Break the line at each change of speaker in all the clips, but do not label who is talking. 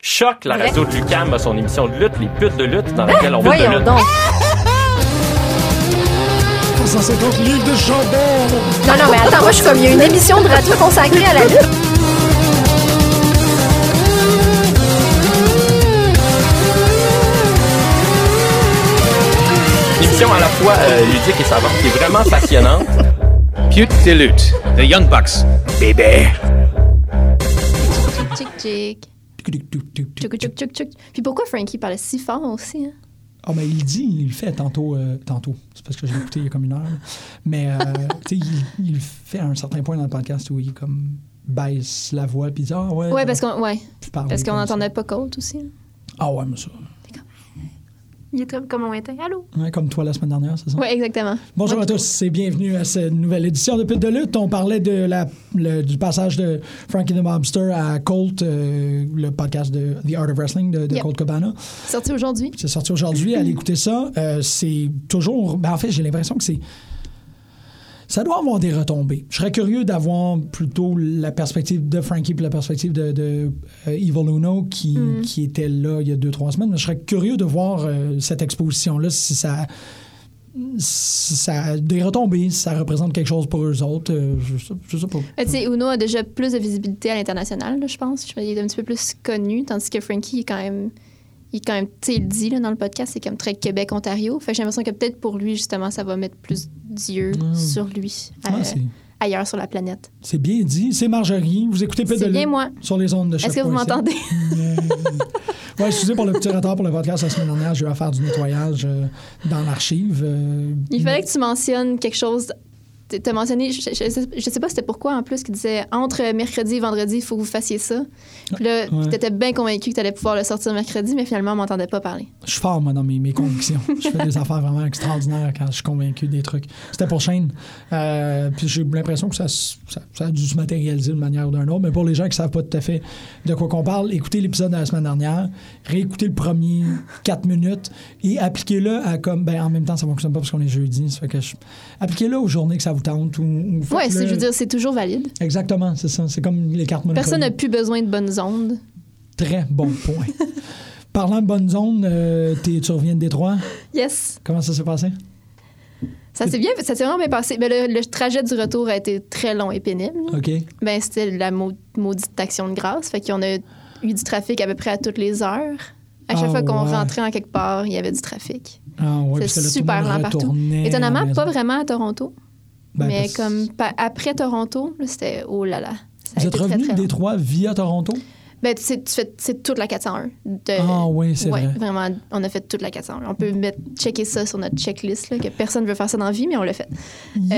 Choc, la radio de Lucam a son émission de lutte, les putes de lutte, dans laquelle on va de
Ben, Voyons
lutte.
donc.
150 000 de gendarmes.
Non, non, mais attends, moi, je suis comme, il y a une émission de radio consacrée à la lutte.
Une émission à la fois euh, ludique et savante, qui est vraiment passionnante.
Pute de lutte, The Young Bucks. Bébé.
Tchic, tchic, tchic, tchic, tchic, tchic. Puis pourquoi Frankie parlait si fort aussi? Hein?
Ah, mais il dit, il le fait tantôt. euh, tantôt. C'est parce que j'ai écouté il y a comme une heure. là. Mais, euh, tu sais, il, il le fait à un certain point dans le podcast où il comme baisse la voix puis dit Ah, ouais.
Ouais, parce qu'on ouais,
parler
parce qu'on
comme
n'entendait pas Colt aussi. hein.
ça. Ah, ouais, mais ça.
Il est comme, comme lointain. Allô?
Ouais, comme toi la semaine dernière, c'est ça?
Ouais, exactement.
Bonjour
Ouais.
à tous et bienvenue à cette nouvelle édition de Pute de lutte. On parlait de la, le- du passage de Frankie the Mobster à Colt, euh, le podcast de The Art of Wrestling de, de
Yep.
Colt Cabana.
Sorti aujourd'hui.
C'est sorti aujourd'hui, allez écouter ça. Euh, c'est toujours... ben, en fait, j'ai l'impression que c'est... Ça doit avoir des retombées. Je serais curieux d'avoir plutôt la perspective de Frankie puis la perspective de, de, euh, Evil Uno qui,
Mm.
qui était là il y a deux, trois semaines. Mais je serais curieux de voir euh, cette exposition-là, si ça, si ça a des retombées, si ça représente quelque chose pour eux autres. Euh, je, sais- je sais pas.
Euh, tu sais, Uno a déjà plus de visibilité à l'international, là, je pense. Je- Il est un petit peu plus connu, tandis que Frankie, il est quand même. Il, est quand même, tu sais, il le dit là, dans le podcast, c'est comme très Québec-Ontario. Fait que j'ai l'impression que peut-être pour lui, justement, ça va mettre plus d'yeux
Mm.
sur lui
Ah,
euh,
c'est-
ailleurs sur la planète.
c'est bien dit. C'est Marjorie. Vous écoutez Pute de
C'est bien
lutte
moi.
sur les ondes de
Est-ce que vous
choc.ca.
m'entendez?
Euh, ouais, excusez pour le petit retard pour le podcast la semaine dernière. J'ai eu à faire du nettoyage euh, dans l'archive. euh,
Il fallait que tu mentionnes quelque chose. Tu as mentionné, je, je- je sais- je sais pas c'était pourquoi en plus, qui disait entre mercredi et vendredi, il faut que vous fassiez ça. Puis là,
Ah, Ouais.
tu étais bien convaincu que tu allais pouvoir le sortir mercredi, mais finalement, on m'entendait pas parler.
Je suis fort, moi, dans mes, mes convictions. je fais des affaires vraiment extraordinaires quand je suis convaincu des trucs. C'était pour Shane. Euh, puis j'ai eu l'impression que ça, s- ça, ça a dû se matérialiser d'une manière ou d'une autre. Mais pour les gens qui ne savent pas tout à fait de quoi qu'on parle, écoutez l'épisode de la semaine dernière, réécoutez le premier 4 minutes et appliquez-le à comme. Ben, en même temps, ça ne fonctionne pas parce qu'on est jeudi. Ça fait que je- Appliquez-le aux journées que ça vous tente. Ou, ou
Ouais,
faites-le-
c'est- je veux dire, c'est toujours valide.
Exactement, c'est ça. C'est comme les cartes Monopoly.
Personne n'a plus besoin de bonnes ondes.
Très bon point. Parlant de bonne zone, euh, t'es- tu reviens de Détroit.
Yes!
Comment ça s'est passé?
Ça s'est bien, ça s'est vraiment bien passé. Ben, le, le trajet du retour a été très long et pénible.
OK.
Ben, c'était la mau- maudite action de grâce. Fait qu'on a eu du trafic à peu près à toutes les heures. À chaque
Ah
fois qu'on
ouais.
rentrait en quelque part, il y avait du trafic.
Ah, ouais,
C'est
parce que là, tout le
super
monde
lent partout.
retournait à la
Étonnamment,
maison.
pas vraiment à Toronto,
Ben,
mais
parce-
comme pa- après Toronto, là, c'était oh là là. Ça a
Vous
été
êtes
très,
revenu
très
de
long.
Détroit via Toronto?
Ben, tu sais, tu fais- c'est toute la 401. de-
Ah, ouais, c'est
Euh, Ouais,
vrai.
vraiment, on a fait toute la 401. On peut mettre, checker ça sur notre checklist, là, que personne ne veut faire ça dans la vie, mais on l'a fait. Euh,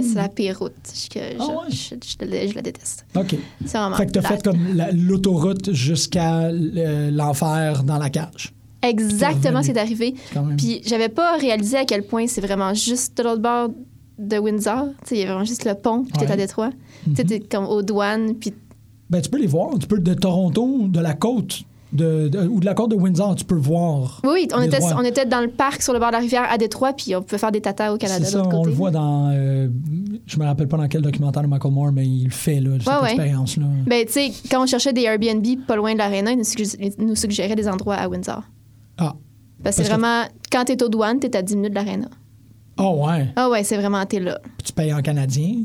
c'est la pire route. Je, que je,
Ah ouais.
je- je la- je la déteste.
OK.
C'est vraiment.
Fait que t'as
la-
fait comme la- l'autoroute jusqu'à euh, l'enfer dans la cage.
Exactement
Revenu.
ce qui est arrivé.
Quand même.
Puis j'avais pas réalisé à quel point c'est vraiment juste de l'autre bord de Windsor. Tu sais, il y a vraiment juste le pont, puis t'es
Ouais. Mm-hmm.
à Détroit. Tu sais, t'es comme aux douanes, puis
Ben, tu peux les voir. Tu peux de Toronto, de la côte, de, de- ou de la côte de Windsor, tu peux voir.
Oui, oui, on était,
Détroit.
on était dans le parc sur le bord de la rivière à Détroit, puis on pouvait faire des tatas au Canada
C'est
de
ça,
l'autre côté.
on le voit dans. euh, je me rappelle pas dans quel documentaire de Michael Moore, mais il le fait, là, cette
Ouais, ouais.
expérience-là.
Ben, tu sais, quand on cherchait des Airbnb pas loin de l'aréna, ils nous, sugg- ils nous suggéraient des endroits à Windsor.
Ah.
Parce que
Parce
c'est
que-
vraiment, quand t'es aux douanes, t'es à 10 minutes de l'aréna.
Oh, ouais.
Ah ouais, c'est vraiment, t'es là.
Puis tu payes en canadien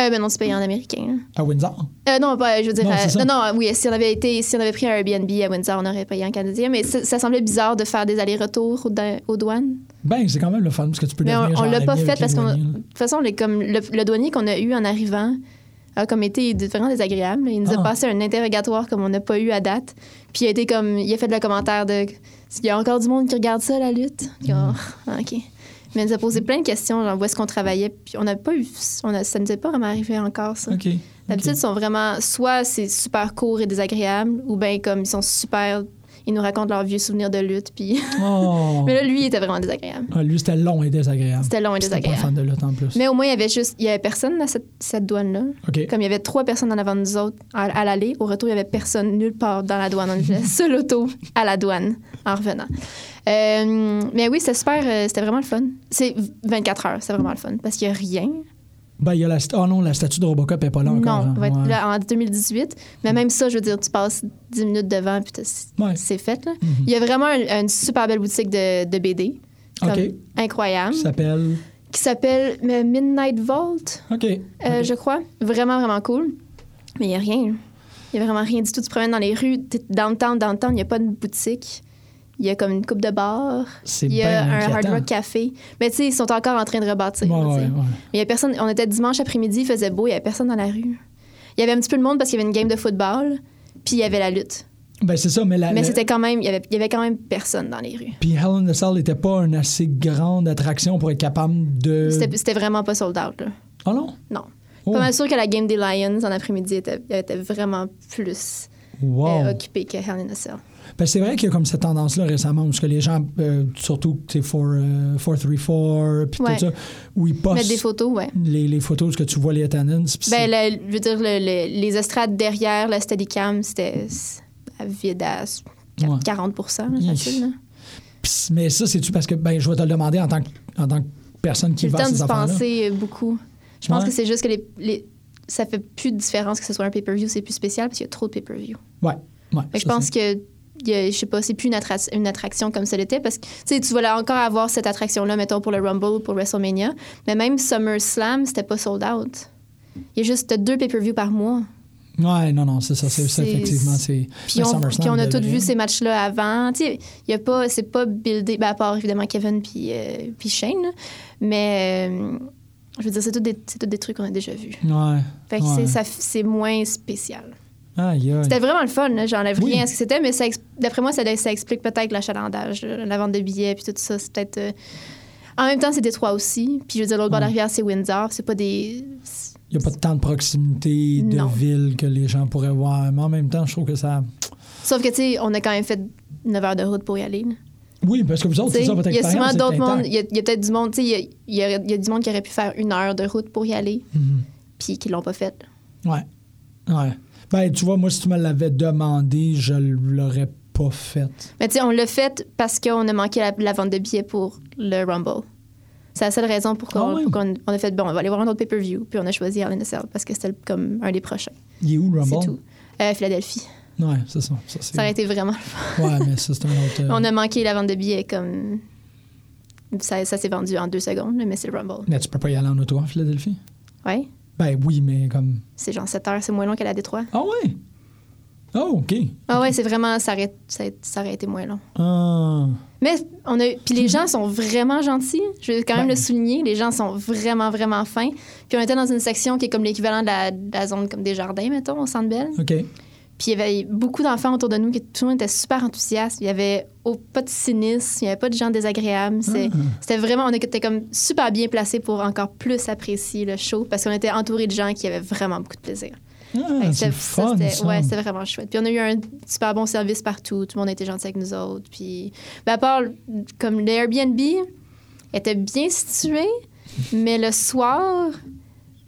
Euh, ben non, tu payes en américain. hein.
à Windsor.
Euh, non, pas, je veux dire,
Non,
euh,
c'est ça.
non, non, oui, si on avait été, si on avait pris un Airbnb à Windsor, on aurait payé en canadien, mais ça, ça semblait bizarre de faire des allers-retours aux, da- aux douanes.
Ben, c'est quand même le fun parce que tu peux
Mais on,
devenir
on
genre
l'a pas
ami
fait
avec les
parce qu'on.
douaniers,
De
là.
toute façon, les- comme le, le douanier qu'on a eu en arrivant a comme été d- vraiment désagréable. Il nous
Ah.
a passé un interrogatoire comme on n'a pas eu à date. Puis il a été comme. Il a fait le commentaire de. Il y a encore du monde qui regarde ça, la lutte.
Mm.
Puis on- Ah, OK. Mais il nous a posé plein de questions, genre où est-ce qu'on travaillait. Puis on n'a pas eu. On a, ça nous est pas vraiment arrivé encore, ça.
OK.
D'habitude,
OK.
ils sont vraiment. Soit c'est super court et désagréable, ou bien comme ils sont super. Ils nous racontent leurs vieux souvenirs de lutte. Puis...
Oh.
Mais là, lui, il était vraiment désagréable.
Ah, lui, c'était long et désagréable.
C'était long et
C'était pas un
désagréable.
fan de lutte en plus.
Mais au moins, il y avait juste, il y avait personne à cette, cette douane-là.
OK.
Comme il y avait trois personnes en avant de nous autres à, à l'aller, au retour, il n'y avait personne nulle part dans la douane. On était seul auto à la douane en revenant. Euh, mais oui, c'était super, euh, c'était vraiment le fun. C'est 24 heures, c'est vraiment le fun parce qu'il n'y a rien.
Ben, il y a la, st- ah non, la statue de Robocop n'est pas là encore.
non,
hein.
va être
Ouais.
là en 2018. Mais même ça, je veux dire, tu passes 10 minutes devant, puis t'as- c'est
Ouais.
c'est fait. Là.
Mhm.
Il y a vraiment un- une super belle boutique de, de BD. comme
OK.
Incroyable.
Qui s'appelle.
Qui s'appelle euh, Midnight Vault,
OK.
euh,
OK.
je crois. Vraiment, vraiment cool. Mais il n'y a rien. Il n'y a vraiment rien du tout. Tu te promènes dans les rues, t'es downtown, downtown, il n'y a pas de boutique. Il y a comme une coupe de bar.
C'est
Il y a
ben
un Hard
inquiétant.
Rock Café. Mais tu sais, ils sont encore en train de rebâtir.
Ouais,
là, tu sais.
ouais, ouais.
Mais il y a personne. On était dimanche après-midi, il faisait beau, il y avait personne dans la rue. Il y avait un petit peu de monde parce qu'il y avait une game de football, puis il y avait la lutte.
Ben, c'est ça, mais la.
Mais
la-
c'était quand même, il y avait, il y avait quand même personne dans les rues.
Puis Hell in a Cell n'était pas une assez grande attraction pour être capable de.
C'était c'était vraiment pas sold out, là.
Oh non?
Non.
Euh. Oh.
Pas mal sûr que la game des Lions en après-midi était, était vraiment plus
Wow.
euh, occupée que Hell in a Cell.
Ben, c'est vrai qu'il y a comme cette tendance-là récemment où ce que les gens, euh, surtout tu sais, for, euh, 434, puis
Ouais.
tout ça, où ils postent
Mettre des photos, ouais.
les, les photos où ce que tu vois les attendances. Ah, puis
Ben,
c'est-
le- je veux dire, le- le- les estrades derrière la Steadicam, c'était c'est- vide à
Ouais.
40 là,
Yes.
facile, là.
puis- mais ça, c'est-tu parce que, ben, je vais te le demander en tant que, en tant que personne qui
J'ai le
va à
temps
ces
d'y
affaires-là.
penser euh, beaucoup. Je pense
Ouais.
que c'est juste que les, les- ça fait plus de différence que ce soit un pay-per-view, c'est plus spécial parce qu'il y a trop de pay-per-view.
Ouais, ouais.
Fait que je
ça,
pense
c'est-
que, il y a- je sais pas, c'est plus une, attra- une attraction comme ça l'était parce que tu sais, tu vas là encore avoir cette attraction-là, mettons, pour le Rumble ou pour WrestleMania. Mais même SummerSlam, c'était pas sold out. Il y a juste t'as deux pay-per-view par mois.
Ouais, non, non, c'est ça, c'est ça,
c'est-
effectivement. c'est-
Puis
le
on,
SummerSlam
puis on a
de-
tous vu ces matchs-là avant. Tu sais, il y a pas, c'est pas buildé, ben, à part évidemment Kevin puis, euh, puis Shane. là. Mais euh, je veux dire, c'est tous des, c'est tous des trucs qu'on a déjà vus.
Ouais.
Fait que
ouais.
c'est- ça f- c'est moins spécial.
Aïe, aïe.
C'était vraiment le fun, là, j'enlève
Oui.
rien à ce que c'était, mais ça ex- d'après moi, ça, ça explique peut-être l'achalandage, là, la vente de billets, puis tout ça. C'est peut-être. euh, En même temps, c'est Détroit aussi. Puis je veux dire, l'autre bord de la
Ouais.
rivière, c'est Windsor. C'est pas des. c'est-
Il n'y a pas tant de proximité de
Non.
ville que les gens pourraient voir. Mais en même temps, je trouve que ça.
Sauf que, tu sais, on a quand même fait 9 heures de route pour y aller. là.
Oui, parce que vous autres,
Tu sais,
c'est ça, votre
Il y a
expérience.
sûrement
est
d'autres
intacte.
mondes. Il y a, il y a peut-être du monde, tu sais, il y a- il y, a- il y a du monde qui aurait pu faire une heure de route pour y aller,
Mhm.
puis qui l'ont pas fait.
Ouais. Ouais. Ben, tu vois, moi, si tu me l'avais demandé, je l'aurais pas fait.
Mais tu sais, on l'a fait parce qu'on a manqué la, la vente de billets pour le Rumble. C'est la seule raison pour
Ah
qu'on
ouais.
pour qu'on- on a fait, bon, on va aller voir un autre pay-per-view, puis on a choisi Hell in a Cell parce que c'était le- comme un des prochains.
Il est où, le
C'est
Rumble?
tout. Euh, Philadelphie.
Ouais, c'est ça. ça, c'est-
Ça aurait été vraiment. le fun.
Ouais, mais ça, c'est un autre. euh,
On a manqué la vente de billets comme. Ça, ça s'est vendu en deux secondes, mais c'est le Rumble.
Mais tu peux pas y aller en auto à Philadelphie?
Ouais.
Ben oui, mais comme.
C'est genre 7 heures, c'est moins long qu'à la Détroit.
Ah ouais! Oh, OK.
Ah ouais, c'est vraiment. Ça aurait, ça, ça aurait été moins long.
Ah.
Mais on a. Puis les gens sont vraiment gentils. Je veux quand même
Mhm. Ben.
le souligner. Les gens sont vraiment, vraiment fins. Puis on était dans une section qui est comme l'équivalent de la, de la zone comme des jardins, mettons, au centre belle.
OK. Ah,
Puis il y avait beaucoup d'enfants autour de nous qui tout le monde était super enthousiaste. Il y avait au- pas de cynisme, il y avait pas de gens désagréables. C'est-
Ah.
C'était vraiment, on était comme super bien placés pour encore plus apprécier le show parce qu'on était entouré de gens qui avaient vraiment beaucoup de plaisir. Fait
Ah,
que
c'est
c'était-
le
ça,
fun,
c'était-
ça.
ouais, c'était vraiment chouette. Puis on a eu un super bon service partout. Tout le monde était gentil avec nous autres. Puis, ben, à part, comme l'Airbnb était bien situé, mais le soir,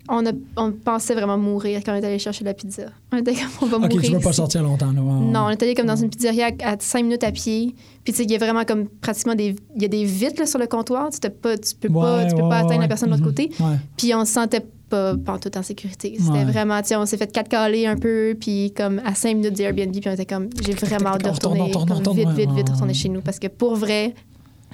on, a- on pensait vraiment mourir quand on est allé chercher la pizza. On était comme, on va
OK,
mourir.
tu vas pas
ici.
sortir longtemps, là. Ouais, ouais.
Non, on est allé comme dans une pizzeria à 5 minutes à pied. Puis, tu sais, il y a vraiment comme pratiquement des, il y a des vitres là, sur le comptoir. Tu, t'as pas, tu peux pas,
Ouais,
tu peux
ouais,
pas atteindre
ouais.
la personne de l'autre
Mhm.
côté.
Ouais.
Puis on se sentait pas pantoute en sécurité. C'était
Ouais.
vraiment, tu sais, on s'est fait quatre caler un peu, puis comme à cinq minutes du Airbnb, puis on était comme, j'ai vraiment hâte de
On retourne,
retourner,
on retourne, on
comme
retourne,
vite,
ouais,
vite, vite,
ouais.
retourner chez nous, parce que pour vrai,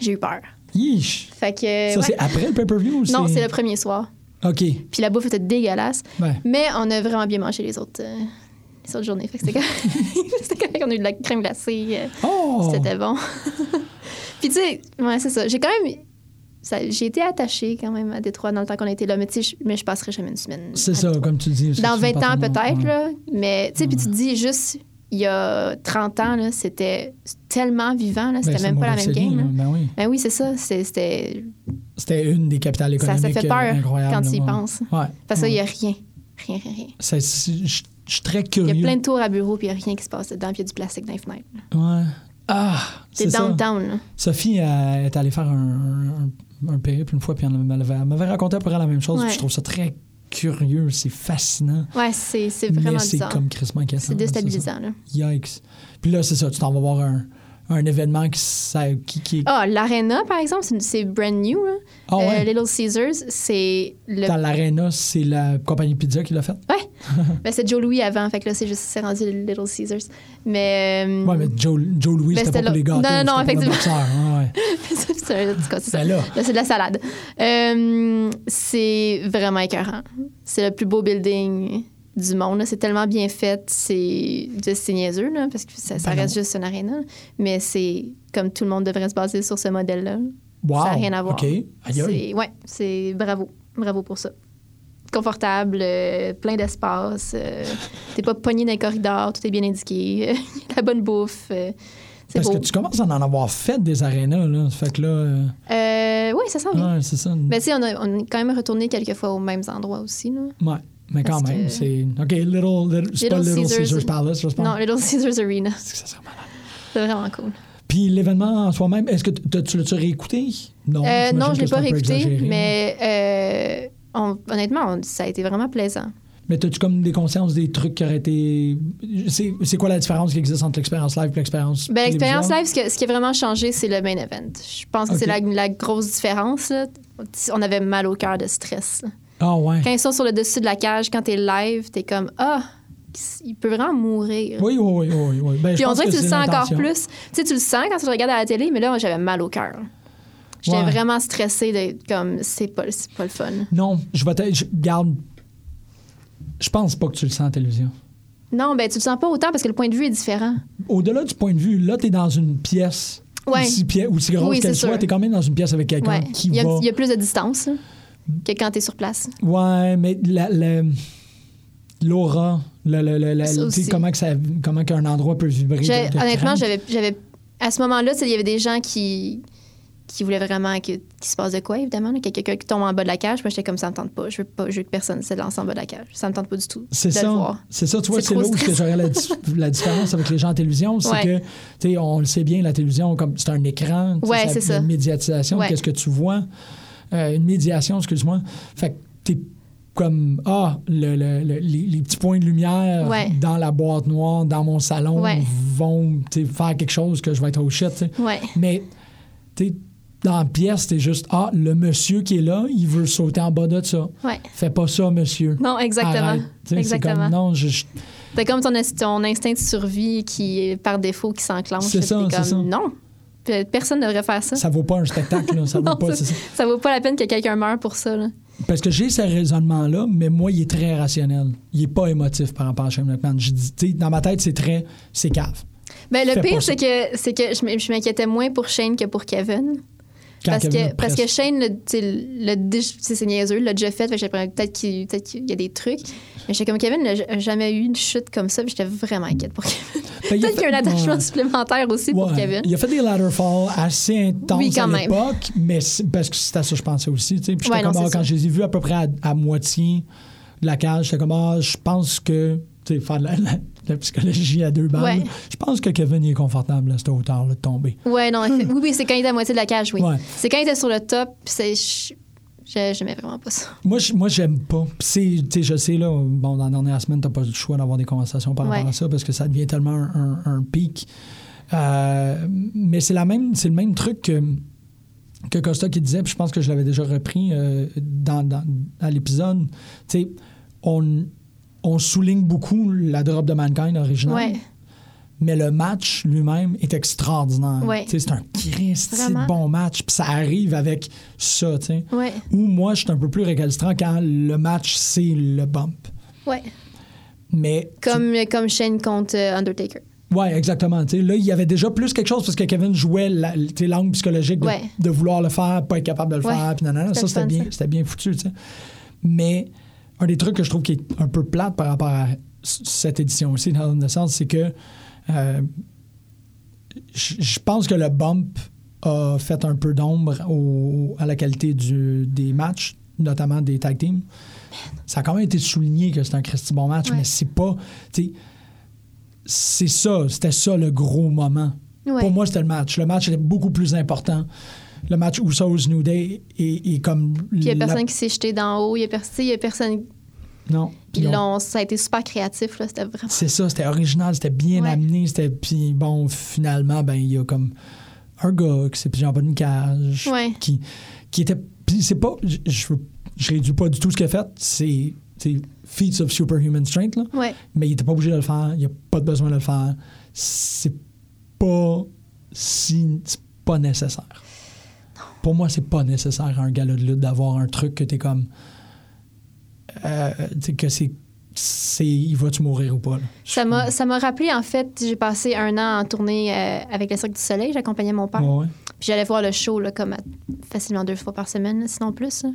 j'ai eu peur.
Yeesh.
Fait que,
Ça,
Eh ouais.
c'est après le pay-per-view ou
non, c'est le premier soir.
OK.
Puis la bouffe était dégueulasse,
Ben,
mais on a vraiment bien mangé les autres, euh, les autres journées. Fait que c'était correct. c'était correct, on a eu de la crème glacée. euh,
Oh!
C'était bon. Puis tu sais, ouais, c'est ça. J'ai quand même. ça- j'ai été attachée quand même à Détroit dans le temps qu'on a été là, mais tu sais, je- mais je passerai jamais une semaine.
C'est
à
ça,
Détroit.
comme tu dis. c'est
Dans 20
important,
ans peut-être,
ouais. Mm.
là. Mais tu sais, puis tu te dis juste, il y a 30 ans, là, c'était tellement vivant, là.
Ben,
C'était
c'est
même pas la même
Montréal
game.
City,
là.
là. Ben oui.
Ben oui, c'est ça. c'est- C'était.
C'était une des capitales
Ça,
économiques
ça fait peur
euh, incroyables,
quand tu y
ouais.
penses.
Ouais.
Parce que
ouais.
il y a rien. Rien, rien, rien.
C'est- c'est- je je suis très
Il
curieux.
y a plein de tours à bureau, puis il n'y a rien qui se passe dedans, puis il y a du plastique dans les fenêtres. là.
Ouais. Ah,
C'est
c'est ça.
downtown, là.
Sophie euh, est allée faire un, un, un périple une fois, puis elle m'avait elle m'avait raconté à peu près la même chose.
Ouais.
puis Je trouve ça très curieux, c'est fascinant.
Ouais, c'est c'est
mais
vraiment
c'est
bizarre.
comme Chris inquiétant.
C'est
là, ça.
déstabilisant, là.
Yikes. Puis là, c'est ça, tu t'en vas voir un, un événement qui. s'a- qui, qui-
Ah, l'Arena, par exemple, c'est- c'est brand new. là.
Ah ouais.
Euh, Little Caesars, c'est le.
Dans l'Arena, c'est la compagnie pizza qui l'a fait.
Ouais! ben, c'est Joe Louis avant, fait que là, c'est juste, c'est rendu Little Caesars. Mais. euh,
Ouais, mais Joe, Joe Louis,
Ben,
c'était pas
c'était
pour les
là-
gâteaux.
Non, non, non,
c'était pour le
effectivement.
boxeur, ouais, ouais.
c'est un- c'est quoi, c'est ça.
Ben là.
Là, c'est de la salade. Euh, c'est vraiment écœurant. C'est le plus beau building du monde. là. C'est tellement bien fait. C'est juste- c'est niaiseux, là, parce que ça, ça
Ben
reste juste une aréna. Mais c'est comme tout le monde devrait se baser sur ce modèle-là.
Wow.
Ça n'a rien à voir.
OK. Aïe, aïe.
C'est- Ouais, c'est bravo. Bravo pour ça. Confortable, euh, plein d'espace. euh, T'es pas pogné dans les corridors, tout est bien indiqué. la bonne bouffe. euh, c'est
Parce
beau.
que tu commences à en avoir fait des arénas, là. Fait que là. euh,
Euh, oui, ça sent bien.
ouais, c'est ça.
Ben, tu sais, on, a- on est quand même retourné quelques fois aux mêmes endroits aussi. Là.
Ouais. Mais quand
parce
même,
que-
c'est. OK, Little, little, c'est pas
Little
Little Caesars,
Caesars-
Palace, je pense.
Non, Little Caesars Arena.
C'est que ça serait malade.
C'est vraiment cool.
Puis l'événement en soi-même, est-ce que t- t'as- tu l'as-tu réécouté? Non,
Euh, non, je
j'imagine que
ne l'ai
c'est un
pas
peu
réécouté,
exagéré.
mais euh, on- honnêtement, on- ça a été vraiment plaisant.
Mais as-tu comme des consciences des trucs qui auraient été. C'est c'est quoi la différence qui existe entre l'expérience live et l'expérience.
Ben, L'expérience
télévisuelle?
live, ce, que- ce qui a vraiment changé, c'est le main event. Je pense que c'est la,
Ok.
la grosse différence. là. On avait mal au cœur de stress. là.
Ah, ouais.
Quand ils sont sur le dessus de la cage, quand t'es live, t'es comme Ah, il peut vraiment mourir.
Oui, oui, oui. oui, oui. Ben, je
Puis on
pense
dirait que, tu
c'est
le sens encore
l'intention.
plus. Tu sais, tu le sens quand tu le regardes à la télé, mais là, moi, j'avais mal au cœur. J'étais
Ouais.
vraiment stressée d'être comme, c'est pas, c'est pas le fun.
Non, je vais te. je- Garde. Je pense pas que tu le sens en télévision.
Non, ben, tu le sens pas autant parce que le point de vue est différent.
Au-delà du point de vue, là, t'es dans une pièce.
Ouais.
Aussi, pi- aussi grosse
Oui,
qu'elle
c'est
soit,
sûr.
t'es quand même dans une pièce avec quelqu'un
Ouais.
qui
Il y, a,
va.
il y a plus de distance là, que quand t'es sur place.
Ouais, mais la- la- l'aura, le, le, le- le-
Ça
tu sais,
aussi.
comment que ça, comment qu'un endroit peut vibrer.
J'ai-
de- de
honnêtement,
crainte.
j'avais, j'avais. À ce moment-là, tu sais, il y avait des gens qui, qui voulaient vraiment que- qu'il se passe de quoi, évidemment. là, qu'il y a quelqu'un qui tombe en bas de la cage. Moi, j'étais comme, ça me tente pas. Je veux, pas, je veux que personne se lance en bas de la cage. Ça me tente pas du tout.
C'est
de le
ça,
voir.
c'est ça, tu vois,
C'est
c'est là
trop
où que j'aurais la, dis- la différence avec les gens en télévision, c'est
Ouais.
que, tu sais, on le sait bien, la télévision, comme c'est un écran, tu sais,
Ouais,
ça-
c'est ça.
une médiatisation,
Ouais.
qu'est-ce que tu vois, Euh, une médiation, excuse-moi, fait que t'es comme, ah, le- le- le- les, les petits points de lumière
Ouais.
dans la boîte noire, dans mon salon,
Ouais.
vont, tu sais, faire quelque chose que je vais être au shit, tu sais.
Ouais.
Mais, tu sais, dans la pièce, t'es juste, ah, le monsieur qui est là, il veut sauter en bas de ça.
Ouais.
Fais pas ça, monsieur.
Non, exactement.
Arrête. Tu sais, c'est
exactement.
Comme, non, je- je-
T'as comme ton, ins- ton instinct de survie qui est par défaut qui s'enclenche.
C'est
Puis
ça,
t'es comme,
c'est ça.
Non, Pe- personne ne devrait faire ça.
ça vaut pas un spectacle, là, ça vaut
Non,
pas.
ça-
c'est ça.
ça vaut pas la peine que quelqu'un meure pour ça. là.
Parce que j'ai ce raisonnement-là, mais moi, il est très rationnel. Il est pas émotif par rapport à Shane McMahon. Je dis, tu sais, dans ma tête, c'est très, c'est cave.
Ben, le
Fais pas
pire,
ça.
c'est que, c'est que je m- je m'inquiétais moins pour Shane que pour Kevin.
Quand
parce,
Kevin
que,
le
parce que
presse.
Shane, le, tu sais, le, dé- tu sais, c'est niaiseux, il l'a déjà fait. fait que j'ai pris- peut-être qu'il peut-être qu'il y a des trucs. Mais j'étais comme Kevin, n'a j- a jamais eu une chute comme ça. puis J'étais vraiment inquiète pour Kevin.
Fait, il a
peut-être qu'il y a un
fait-
attachement
ouais.
supplémentaire aussi pour
Ouais.
Kevin.
Il a fait des ladder falls assez intenses
Oui, quand
à
même.
l'époque, mais c'est- parce que c'était à ça que je pensais aussi. tu sais. Puis j'étais
Ouais, non,
comme, ah,
c'est
quand
ça.
je les ai vus à peu près à, à moitié de la cage, j'étais comme, ah, je pense que, tu sais, faire de la, la- la psychologie à deux balles,
Ouais.
je pense que Kevin il est confortable à cette hauteur-là de tomber.
Ouais, non, effe- oui, oui, c'est quand il était à moitié de la cage, oui.
Hum. Ouais.
C'est quand il était sur le top, puis c'est. je- je- J'aimais vraiment pas ça.
Moi, je- moi j'aime pas. Puis c'est- tu sais, je sais, là, bon, dans la dernière semaine, t'as pas le choix d'avoir des conversations par rapport
Ouais.
à ça parce que ça devient tellement un, un- un pic. Euh, mais c'est la même, c'est le même truc que, que Costa qui disait, puis je pense que je l'avais déjà repris euh, dans, dans- à l'épisode. Tu sais, on, on souligne beaucoup la drop de Mankind originale.
Ouais.
Mais le match lui-même est extraordinaire.
Ouais.
Tu sais, C'est un Christ
Vraiment.
bon match. Puis ça arrive avec ça. tu sais
Ouais.
où moi, je suis un peu plus récalcitrant quand le match, c'est le bump.
Ouais.
Mais.
Comme, comme Shane contre euh, Undertaker.
Ouais, exactement. Tu sais, là, il y avait déjà plus quelque chose parce que Kevin jouait la- tu sais, l'angle psychologique de,
Ouais.
de vouloir le faire, pas être capable de le
Ouais.
faire. Puis
C'était
nanana, ça,
le
c'était
fun,
bien,
ça.
c'était bien foutu. tu sais. Mais un des trucs que je trouve qui est un peu plate par rapport à c- cette édition aussi, dans le sens, c'est que euh, je je pense que le bump a fait un peu d'ombre au- à la qualité du- des matchs, notamment des tag teams. Ça a quand même été souligné que c'est un Christy bon match,
Ouais.
mais c'est pas. tu sais, C'est ça, c'était ça le gros moment.
Ouais.
Pour moi, c'était le match. Le match était beaucoup plus important. Le match Usos New Day est, est comme.
Puis il n'y a
la-
personne qui s'est jeté d'en haut, il n'y a, pers- tu sais, il y a personne.
Non.
Puis
non.
l'on- ça a été super créatif, là. C'était vraiment.
C'est ça, c'était original, c'était bien
Ouais.
amené, c'était puis bon, finalement ben il y a comme un gars qui s'est pigé en bonne cage
Ouais.
qui qui était puis c'est pas je- je veux- je réduis pas du tout ce qu'il a fait, c'est c'est feats of superhuman strength là,
Ouais.
mais il était pas obligé de le faire, il a pas de besoin de le faire. C'est pas si c'est pas nécessaire. Pour moi, c'est pas nécessaire à un gala de lutte d'avoir un truc que t'es comme euh, tu sais, que c'est c'est il va-tu mourir ou pas. là.
Ça m'a ça m'a rappelé, en fait, j'ai passé un an en tournée euh, avec le Cirque du Soleil. J'accompagnais mon père.
Ouais, ouais.
Puis j'allais voir le show là, comme à- facilement deux fois par semaine, là, sinon plus. là.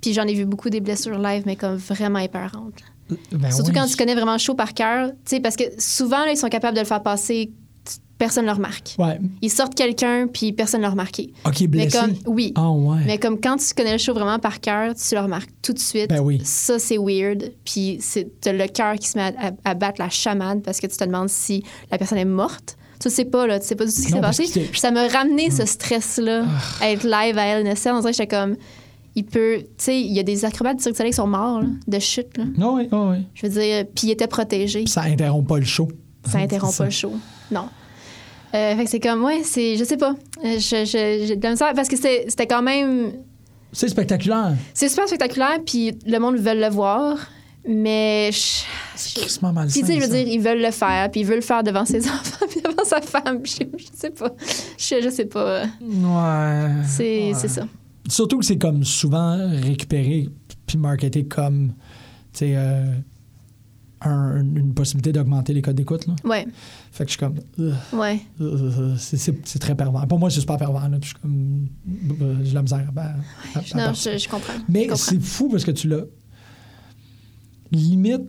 Puis j'en ai vu beaucoup des blessures live, mais comme vraiment épeurantes. là.
Ben
Surtout
oui.
quand tu connais vraiment le show par cœur. Tu sais, parce que souvent, là, ils sont capables de le faire passer, tu- personne ne le remarque.
Ouais.
Ils sortent quelqu'un, puis personne ne l'a remarqué.
Ok, blessé.
Mais comme, oui.
Ah ouais.
Mais comme quand tu connais le show vraiment par cœur, tu le remarques tout de suite.
Ben oui.
Ça, c'est weird. Puis c'est t'as le cœur qui se met à, à- à battre la chamade parce que tu te demandes si la personne est morte. Tu sais pas, là. Tu sais pas du tout ce qui
Non,
s'est
parce
passé.
que Hmm. Ah. t'es-
Ça m'a ramené ce stress-là, à être live à LNSL. On dirait que j'étais comme. Il peut. Tu sais, il y a des acrobates du Cirque du Soleil qui sont morts, là, de chute, là.
Ah ouais, ah ouais.
Je veux dire, puis il était protégé.
Puis ça interrompt pas le show. Hein?
Ça interrompt
C'est
pas le show. Non. Euh, fait que c'est comme, ouais, c'est. Je sais pas. Euh, je- je- J'ai de la misère parce que c'était c'était quand même.
C'est spectaculaire.
C'est super spectaculaire, puis le monde veut le voir, mais. je-
C'est crissement
Puis,
malsain,
tu sais, je veux
ça.
dire, ils veulent le faire, puis ils veulent le faire devant ses enfants, puis devant sa femme. Je, je sais pas. Je, je sais pas.
Ouais.
C'est
Ouais.
c'est ça.
Surtout que c'est comme souvent récupéré puis marketé comme, tu sais, euh, un- une possibilité d'augmenter les codes d'écoute. là.
Ouais,
Fait que je suis comme, Ugh,
ouais.
ugh, c'est- c'est c'est très pervers. Pour moi, c'est super pervers. Là, puis je suis comme, euh, j'ai la misère. à- à- à-
Je-
à
Non,
part
je, je comprends. Je
Ah, Mais
comprends.
c'est fou parce que tu l'as. Limite,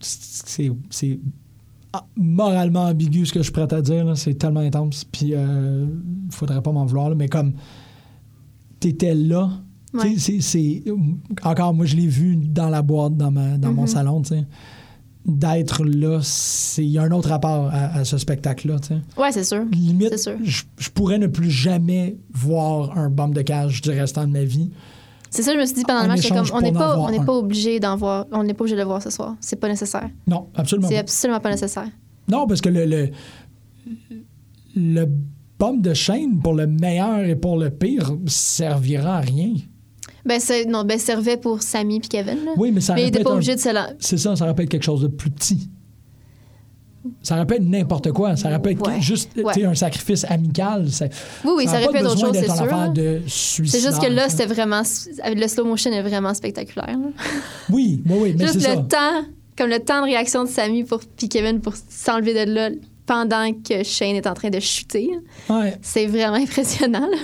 c'est c'est ah, moralement ambigu ce que je suis prêt à dire. là. C'est tellement intense. Puis, euh, faudrait pas m'en vouloir. là, mais comme, t'étais là. tu sais,
Ouais.
c'est- c'est- Encore, moi, je l'ai vu dans la boîte, dans, ma, dans mon
Mhm.
salon. tu sais. D'être là, c'est- il y a un autre rapport à, à ce spectacle-là. tu sais.
Ouais, c'est sûr.
Limite,
C'est sûr.
je je pourrais ne plus jamais voir un bombe de cage du restant de ma vie.
C'est ça, je me suis dit pendant
En
le match, j'étais
échange
comme, on n'est
pour en
pas,
avoir
on n'est
un.
pas obligé d'en voir, on n'est pas obligé de le voir ce soir. C'est pas nécessaire.
Non, absolument
C'est
pas.
absolument pas nécessaire.
Non, parce que le, le, le bombe de chaîne, pour le meilleur et pour le pire, servira à rien.
Ben, c'est- non, ben, servait pour Samy puis Kevin, là.
Oui, mais ça
mais il
aurait pu
n'était pas
être un-
obligé de se lan-
C'est ça, ça rappelle quelque chose de plus petit. Ça rappelle n'importe quoi. Ça rappelle
Ouais.
juste tu
Ouais.
sais, un sacrifice amical. Ça,
Oui, oui, ça
aurait
aurait pu
pas
être autre
besoin
chose,
d'être
c'est
une
sûr.
affaire
là.
de
C'est
suicide.
juste que là,
hein.
c'était vraiment. Le slow motion est vraiment spectaculaire. là.
Oui, oui, oui, mais
Juste
c'est
le
ça.
temps, comme le temps de réaction de Samy pour, puis Kevin pour s'enlever de là pendant que Shane est en train de chuter.
Ouais.
C'est vraiment impressionnant. là.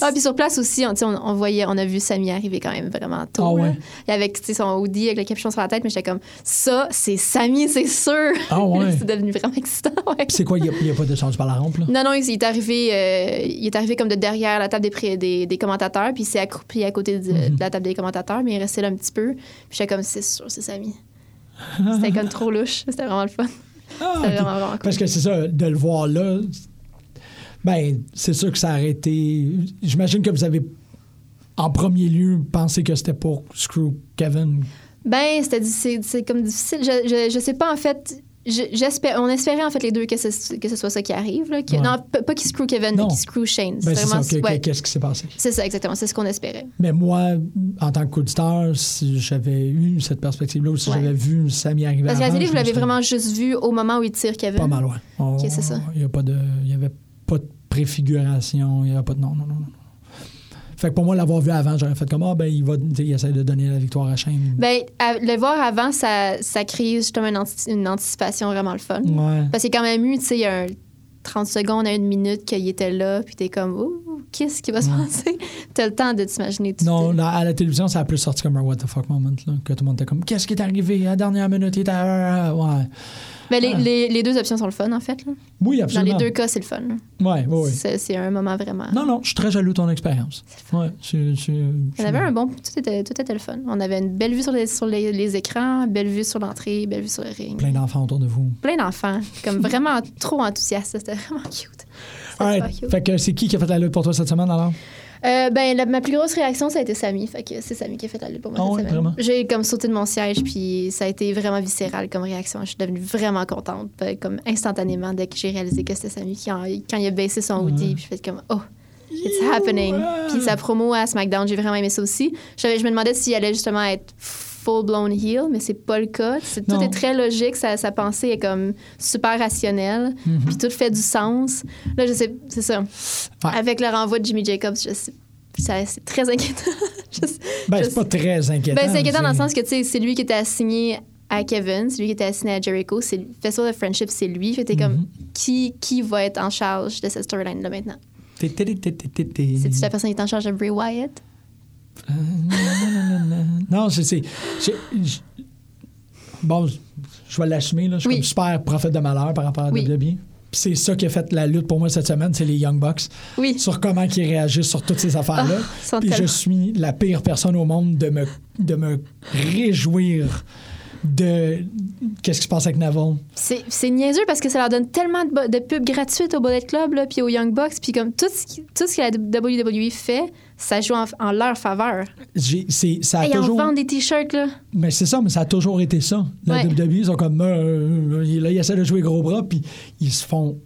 Ah, puis sur place aussi, on, tu sais, on, on voyait, on a vu Samy arriver quand même vraiment tôt.
Ah ouais.
là. Et avec tu sais, son hoodie, avec le capuchon sur la tête, mais j'étais comme, ça, c'est Samy, c'est sûr.
Ah ouais.
c'est devenu vraiment excitant. ouais.
Puis C'est quoi, il n'y a, pas de sens par la rampe, là?
Non, non, il il est arrivé, euh, il est arrivé comme de derrière la table des, pré- des, des commentateurs, puis il s'est accroupi à côté de,
Mhm.
de la table des commentateurs, mais il est resté là un petit peu. Puis j'étais comme, c'est sûr, c'est Samy. C'était comme trop louche. C'était vraiment le fun.
Ah,
C'était
ok.
vraiment, vraiment cool.
Parce que c'est ça, de le voir là, ben, c'est sûr que ça aurait été. J'imagine que vous avez, en premier lieu, pensé que c'était pour Screw Kevin.
Ben, c'était di- c'est c'est comme difficile. Je, je, je sais pas, en fait. je- j'espère on espérait en fait les deux que ce, que ce soit ça qui arrive. Là, que-
Ouais.
Non, p- pas qu'il screw Kevin,
Non.
mais qu'il screw Shane.
Ben, c'est ça,
vraiment-
que- que-
ouais,
qu'est-ce qui s'est passé?
c'est ça, exactement. C'est ce qu'on espérait.
Mais moi, en tant qu'auditeur, si j'avais eu cette perspective-là ou si
Ouais.
j'avais vu Samy arriver
Parce que la
avant,
télé,
je
vous
me
l'avez
serais
vraiment juste vu au moment où il tire Kevin.
Pas mal loin.
Ok, c'est ça.
Il n'y avait pas de préfiguration, il n'y avait pas de. Non, non, non. non. Fait que pour moi, l'avoir vu avant, j'aurais fait comme Ah, ben, il va. tu sais, Il essaie de donner la victoire à Shane.
Ben, à- le voir avant, ça, ça crée justement une, anti- une anticipation vraiment le fun.
ouais.
Parce qu'il y a quand même eu, tu sais, il y a un 30 secondes à une minute qu'il était là, puis t'es comme, ouh, qu'est-ce qui va se passer? T'as le temps de t'imaginer tout.
Non,
de-
là, à la télévision, ça a plus sorti comme un what the fuck moment, là, que tout le monde était comme Qu'est-ce qui est arrivé à la dernière minute? Il était à- ouais.
Mais Ben, les, les- les deux options sont le fun, en fait. là.
Oui,
Dans
Ah. absolument.
les deux cas, c'est le fun. là.
Ouais, ouais, ouais.
C'est c'est un moment vraiment.
Non, non, je suis très jaloux de ton expérience. Ouais, tu- tu-
On
tu-
avait un bon. Tout était, tout était le fun. On avait une belle vue sur les, sur les, les écrans, belle vue sur l'entrée, belle vue sur le ring.
plein d'enfants autour de vous.
Plein d'enfants. Comme vraiment trop enthousiastes. C'était vraiment cute. C'était
All
super
right.
cute.
Fait que c'est qui qui a fait la lutte pour toi cette semaine alors?
Euh, ben, la- ma plus grosse réaction, ça a été Samy. Fait que c'est Samy qui a fait la lutte pour moi
Ah
cette
ouais,
semaine.
vraiment?
J'ai comme sauté de mon siège, puis ça a été vraiment viscéral comme réaction. Je suis devenue vraiment contente, ben, comme instantanément, dès que j'ai réalisé que c'était Samy qui, en- quand il a baissé son hoodie, puis j'ai fait comme oh. It's happening. Puis sa promo à SmackDown, j'ai vraiment aimé ça aussi. Je, je me demandais s'il allait justement être full-blown heel, mais c'est pas le cas. C'est- tout
Non.
est très logique, sa, sa pensée est comme super rationnelle,
Mm-hmm.
puis tout fait du sens. Là, je sais, c'est ça. Avec le renvoi de Jimmy Jacobs, je sais- ça- c'est très inquiétant. Je sais-
Ben,
je
c'est
sais-
pas très inquiétant.
ben, c'est inquiétant dans le sens que tu sais, c'est lui qui était assigné à Kevin, c'est lui qui était assigné à Jericho, c'est le Festival de Friendship, c'est lui. Fait que t'es comme,
Mm-hmm.
qui, qui va être en charge de cette storyline-là maintenant?
Té- té- té- té- té- té.
C'est-tu la personne qui est en charge de Bray Wyatt?
Non, c'est. c'est- c'est- je- Bon, je- je vais l'assumer, là. Je suis
Oui.
comme super prophète de malheur par rapport à
Oui.
WWE. Puis C'est ça qui a fait la lutte pour moi cette semaine, c'est les Young Bucks.
Oui.
Sur comment ils réagissent sur toutes ces affaires-là.
Ah, ils sont
Puis je
tellement-
suis la pire personne au monde de me, de me réjouir de qu'est-ce qui se passe avec Navon.
C'est c'est niaiseux parce que ça leur donne tellement de, bo- de pubs gratuites au Bullet Club, là, puis au Young Bucks, puis comme tout ce, qui- tout ce que la WWE fait, ça joue en, en leur faveur.
J'ai- c'est- Ça a
Et ils en
Ah, toujours.
vendent des t-shirts, là.
Mais c'est ça, mais ça a toujours été ça. La
Ouais.
WWE, ils sont comme. euh, euh, là, ils essaient de jouer gros bras, puis ils se font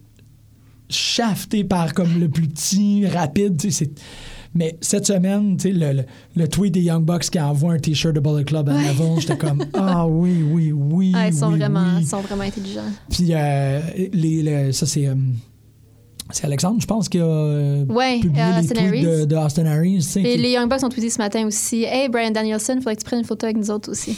shafter par comme le plus petit, rapide. tu sais, c'est- Mais cette semaine, tu sais, le, le- le tweet des Young Bucks qui envoie un T-shirt de Bullet Club à Navon, j'étais comme Ah oui, oui, oui.
Ah, ils sont,
oui,
vraiment,
oui.
ils sont vraiment intelligents.
Puis euh, les, le- ça, c'est. euh, c'est Alexandre, je pense, qui a euh,
Ouais,
publié
euh,
les
Austin
tweets de,
Aries.
de Austin Aries. tu sais,
Et
qui-
les Young Bucks ont tweeté ce matin aussi Hey, Brian Danielson, faudrait que tu prennes une photo avec nous autres aussi.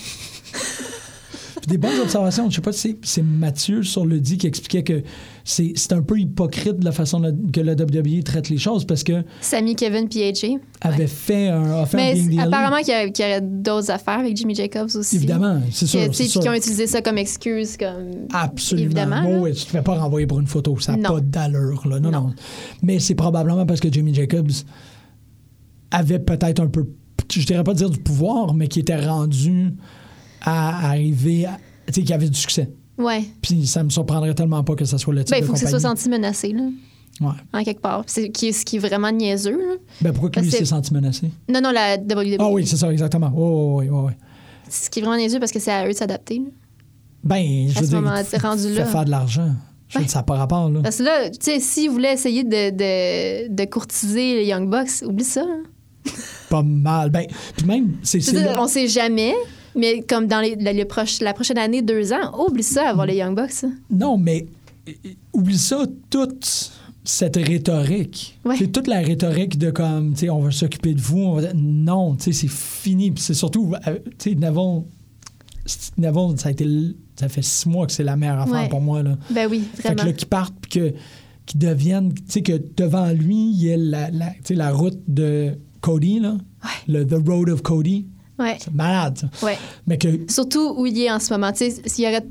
Puis des bonnes observations. Je sais pas si c'est- c'est Mathieu sur le dit qui expliquait que c'est c'est un peu hypocrite la façon la- que la WWE traite les choses parce que
Sammy, Kevin, puis AJ.
avait fait un offense
Mais
being the elite.
apparemment qu'il y a- qu'il y aurait d'autres affaires avec Jimmy Jacobs aussi.
Évidemment, c'est
Que,
sûr.
tu sais,
c'est
puis
sûr. Ah,
qui ont utilisé ça comme excuse. Comme...
Absolument.
Évidemment,
Oh,
là.
oui, tu ne fais pas renvoyer pour une photo. Ça n'a
Non.
pas d'allure. là. Non, non,
Non.
Mais c'est probablement parce que Jimmy Jacobs avait peut-être un peu, je dirais pas dire du pouvoir, mais qui était rendu à arriver, à- tu sais, qui avait du succès.
Ouais.
Puis ça me surprendrait tellement pas que ça soit le type
Ben, il
de
faut que ça soit
compagnie.
senti menacé, là,
Ouais.
en quelque part. C'est qui, ce qui est vraiment niaiseux. là.
Ben pourquoi que
Parce
lui
que-
s'est senti menacé?
Non, non, la WWE.
Ah oui, c'est ça, exactement. Oh, oui, oui, oui.
Ce qui est vraiment niaiseux parce que c'est à eux de s'adapter. là.
Ben, je
À
veux
ce
dire,
moment-là,
tu-
t'es rendu
tu
là.
fais faire de l'argent. Je veux
Ouais.
dire, ça n'a pas rapport, là.
Parce que là, tu sais, s'ils voulaient essayer de, de, de courtiser les Young Bucks, oublie ça. là.
Pas mal. Ben, puis même, c'est...
Je
c'est
veux dire,
là-
on sait jamais, mais comme dans les, la, le proche- la prochaine année, deux ans, oublie ça,
Mm.
avoir les Young Bucks. hein.
Non, mais euh, oublie ça, toute cette rhétorique.
Ouais.
C'est toute la rhétorique de comme, tu sais, on va s'occuper de vous. on va- Non, tu sais, c'est fini. Puis c'est surtout, euh, tu sais, Navon, Navon, ça a été... l- Ça fait six mois que c'est la meilleure affaire
Ouais.
pour moi, là.
Ben oui,
Fait que
vraiment.
là, qu'ils partent, puis que, qu'ils deviennent, tu sais, que devant lui, il y a la, la, tu sais, la route de Cody, là. Le The Road of Cody.
Ouais,
C'est malade, ça.
ouais.
Mais que,
Surtout où il est en ce moment. Tu sais, s'il y aurait-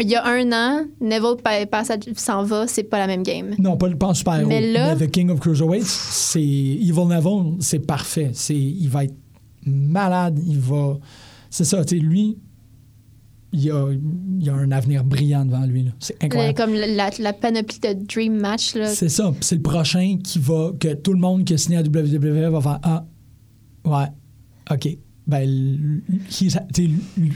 Il y a un an, Neville pa- passe à- s'en va, c'est pas la même game.
non, pas le pas en super-héros.
Mais là-
The King of Cruiserweights, c'est. Evil Navon, c'est parfait. C'est, il va être malade, il va. C'est ça, tu sais, lui, il y a, il y a un avenir brillant devant lui, là. C'est
Le-
incroyable.
comme la, la- la panoplie de Dream Match, là.
C'est ça. Puis C'est le prochain qui va. que tout le monde qui a signé à WWE va faire Ah, ouais, OK. Ben, l- he's, ha- t'sais,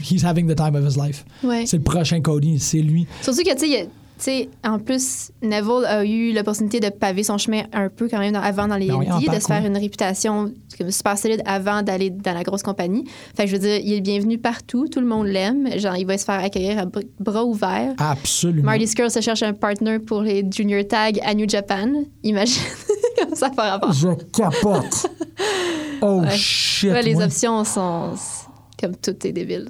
he's having the time of his life.
Ouais.
C'est le prochain Cody, c'est lui.
Surtout que, tu sais, il y a- tu sais, en plus, Neville a eu l'opportunité de paver son chemin un peu quand même dans- avant dans les
Ben oui, en
indies, de
parcours.
se faire une réputation comme super solide avant d'aller dans la grosse compagnie. Fait que je veux dire, il est bienvenu partout, tout le monde l'aime. Genre, il va se faire accueillir à br- bras ouverts.
Mm. Absolument.
Marty Skrull se cherche un partner pour les junior tags à New Japan. Imagine comme ça par rapport.
Je capote. oh
Ouais.
shit.
Ouais, les
ouais.
options sont s- comme tout est débile.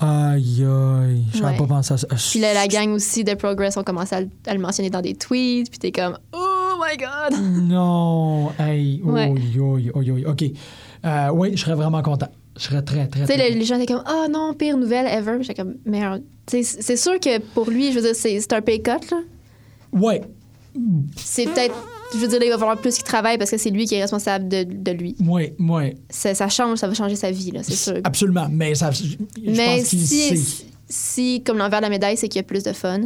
Aïe, aïe. J'avais
Ouais.
pas pensé à ça. Ah,
Puis là, la gang aussi de Progress ont commencé à, le- à le mentionner dans des tweets. Puis t'es comme, oh my god!
Non. Aïe.
Ouais.
Aïe, aïe, aïe, aïe. OK. Euh, oui, je serais vraiment content. Je serais très, très,
Tu
très.
sais, le- les gens étaient comme, ah non, pire nouvelle ever. Puis J'étais comme, mais euh, tu sais, c'est c'est sûr que pour lui, je veux dire, c'est c'est un pay cut, là.
Ouais.
C'est peut-être, je veux dire, là, il va falloir plus qu'il travaille parce que c'est lui qui est responsable de, de lui.
Ouais, ouais.
Ça, ça change, ça va changer sa vie, là, c'est sûr.
Absolument. Mais ça, Ah, je je
mais
pense qu'il
si,
sait.
si, comme l'envers de la médaille, c'est qu'il y a plus de fun,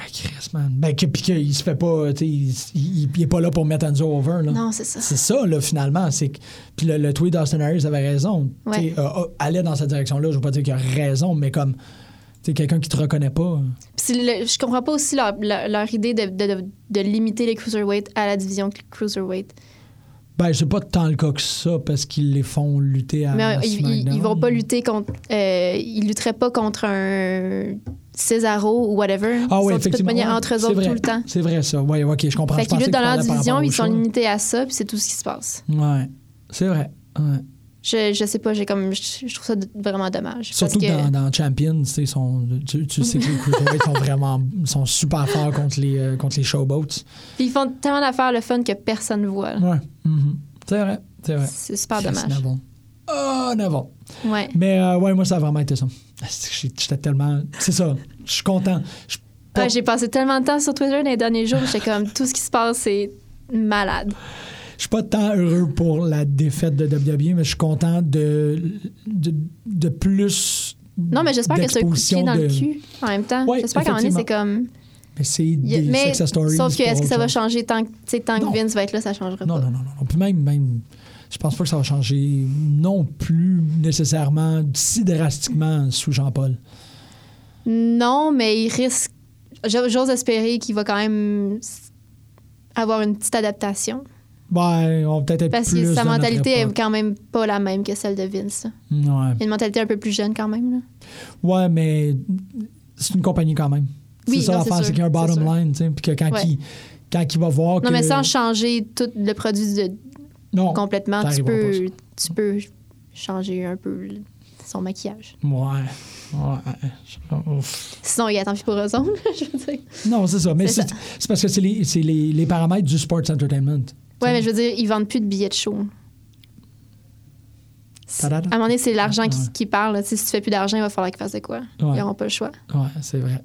Hey, Chris, man. Ben, que- puis qu'il se fait pas, tu sais, il, il- il est pas là pour mettre Enzo over, là.
Non, c'est ça.
Ah. C'est ça, là, finalement. C'est que- Puis le, le tweet d'Austin Harris avait raison.
Ouais.
Tu sais, euh, euh, aller dans cette direction-là, je veux pas dire qu'il a raison, mais comme, tu sais, quelqu'un qui te reconnaît pas.
Puis c'est le- je comprends pas aussi leur, leur- leur idée de, de- de- de limiter les cruiserweight à la division cru- cruiserweight.
Ben, c'est pas tant le cas que ça, parce qu'ils les font lutter à.
Mais euh, ils, ils-
SmackDown.
ils vont pas lutter contre. euh, ils lutteraient pas contre un Cesaro ou whatever.
Ah
ils
oui,
sont tous
effectivement.
pognés
ouais,
entre eux
c'est
autres
vrai.
tout le temps.
C'est vrai, ça. Oui, OK, je comprends.
Fait
Je
qu'ils
pensais
luttent
que tu
dans leur
parlais par
division,
rapport
ils
au
sont
show.
limités à ça, puis c'est tout ce qui se passe.
Ouais, c'est vrai. ouais.
Je, je sais pas, j'ai comme je, je trouve ça d- vraiment dommage.
Surtout que
parce que
dans, dans Champions, tu sais, sont- tu, tu sais que les Cruiserweights sont vraiment sont super forts contre les, euh, contre les Showboats.
puis ils font tellement d'affaires le fun que personne voit. là.
Ouais. mhm. C'est vrai, c'est vrai.
C'est super
Chris
dommage.
Navon. Ah, Navon.
Ouais.
Mais euh, ouais, moi, ça a vraiment été ça. Asti, J'étais tellement. C'est ça. Je suis content. Je-
Ah, j'ai passé tellement de temps sur Twitter les derniers jours, j'étais comme tout ce qui se passe, c'est malade.
Je suis pas tant heureux pour la défaite de WWE, mais je suis content de, de, de plus.
Non, mais j'espère que c'est un coup de pied
d'exposition
dans le
de-
cul en même temps.
Ouais,
j'espère qu'à un moment donné, c'est comme.
Mais c'est
y a-
des
mais
success stories.
sauf que
pour
est-ce que
autre
ça va
chose.
changer tant que, tu sais, tant que
Non.
Vince va être là, ça changera
Non,
pas.
non, non, non, non. Puis même, même, je pense pas que ça va changer non plus nécessairement si drastiquement sous Jean-Paul.
Non, mais il risque. j'a- J'ose espérer qu'il va quand même s- avoir une petite adaptation.
Ben, on va peut-être être
Parce
plus
que sa
dans notre
mentalité est
époque.
quand même pas la même que celle de Vince. là.
Ouais.
Il y a une mentalité un peu plus jeune quand même. là.
Ouais, mais c'est une compagnie quand même.
Oui,
c'est ça
non, c'est
l'affaire, c'est
sûr,
qu'il y a un
c'est
bottom
sûr.
line, tu sais, puis que quand,
Ouais.
il, quand il va voir
Non,
que...
mais sans changer tout le produit de,
Non,
complètement, tu
t'arriveras pas,
peux, tu peux changer un peu le- son maquillage.
Ouais. Ouais. Ouf.
Sinon, il attend plus pour raison, je veux dire.
Non, c'est ça. Mais
C'est
c'est c'est parce que c'est les, c'est les, les paramètres du sports entertainment.
Ouais, mais je veux dire, ils vendent plus de billets de show. C'est- À un
Ta-da-da.
moment donné, c'est l'argent qui,
Ouais.
qui parle. là. Tu sais, si tu fais plus d'argent, il va falloir qu'ils fassent de quoi. Ils
Ouais.
n'auront pas le choix.
Ouais, c'est vrai.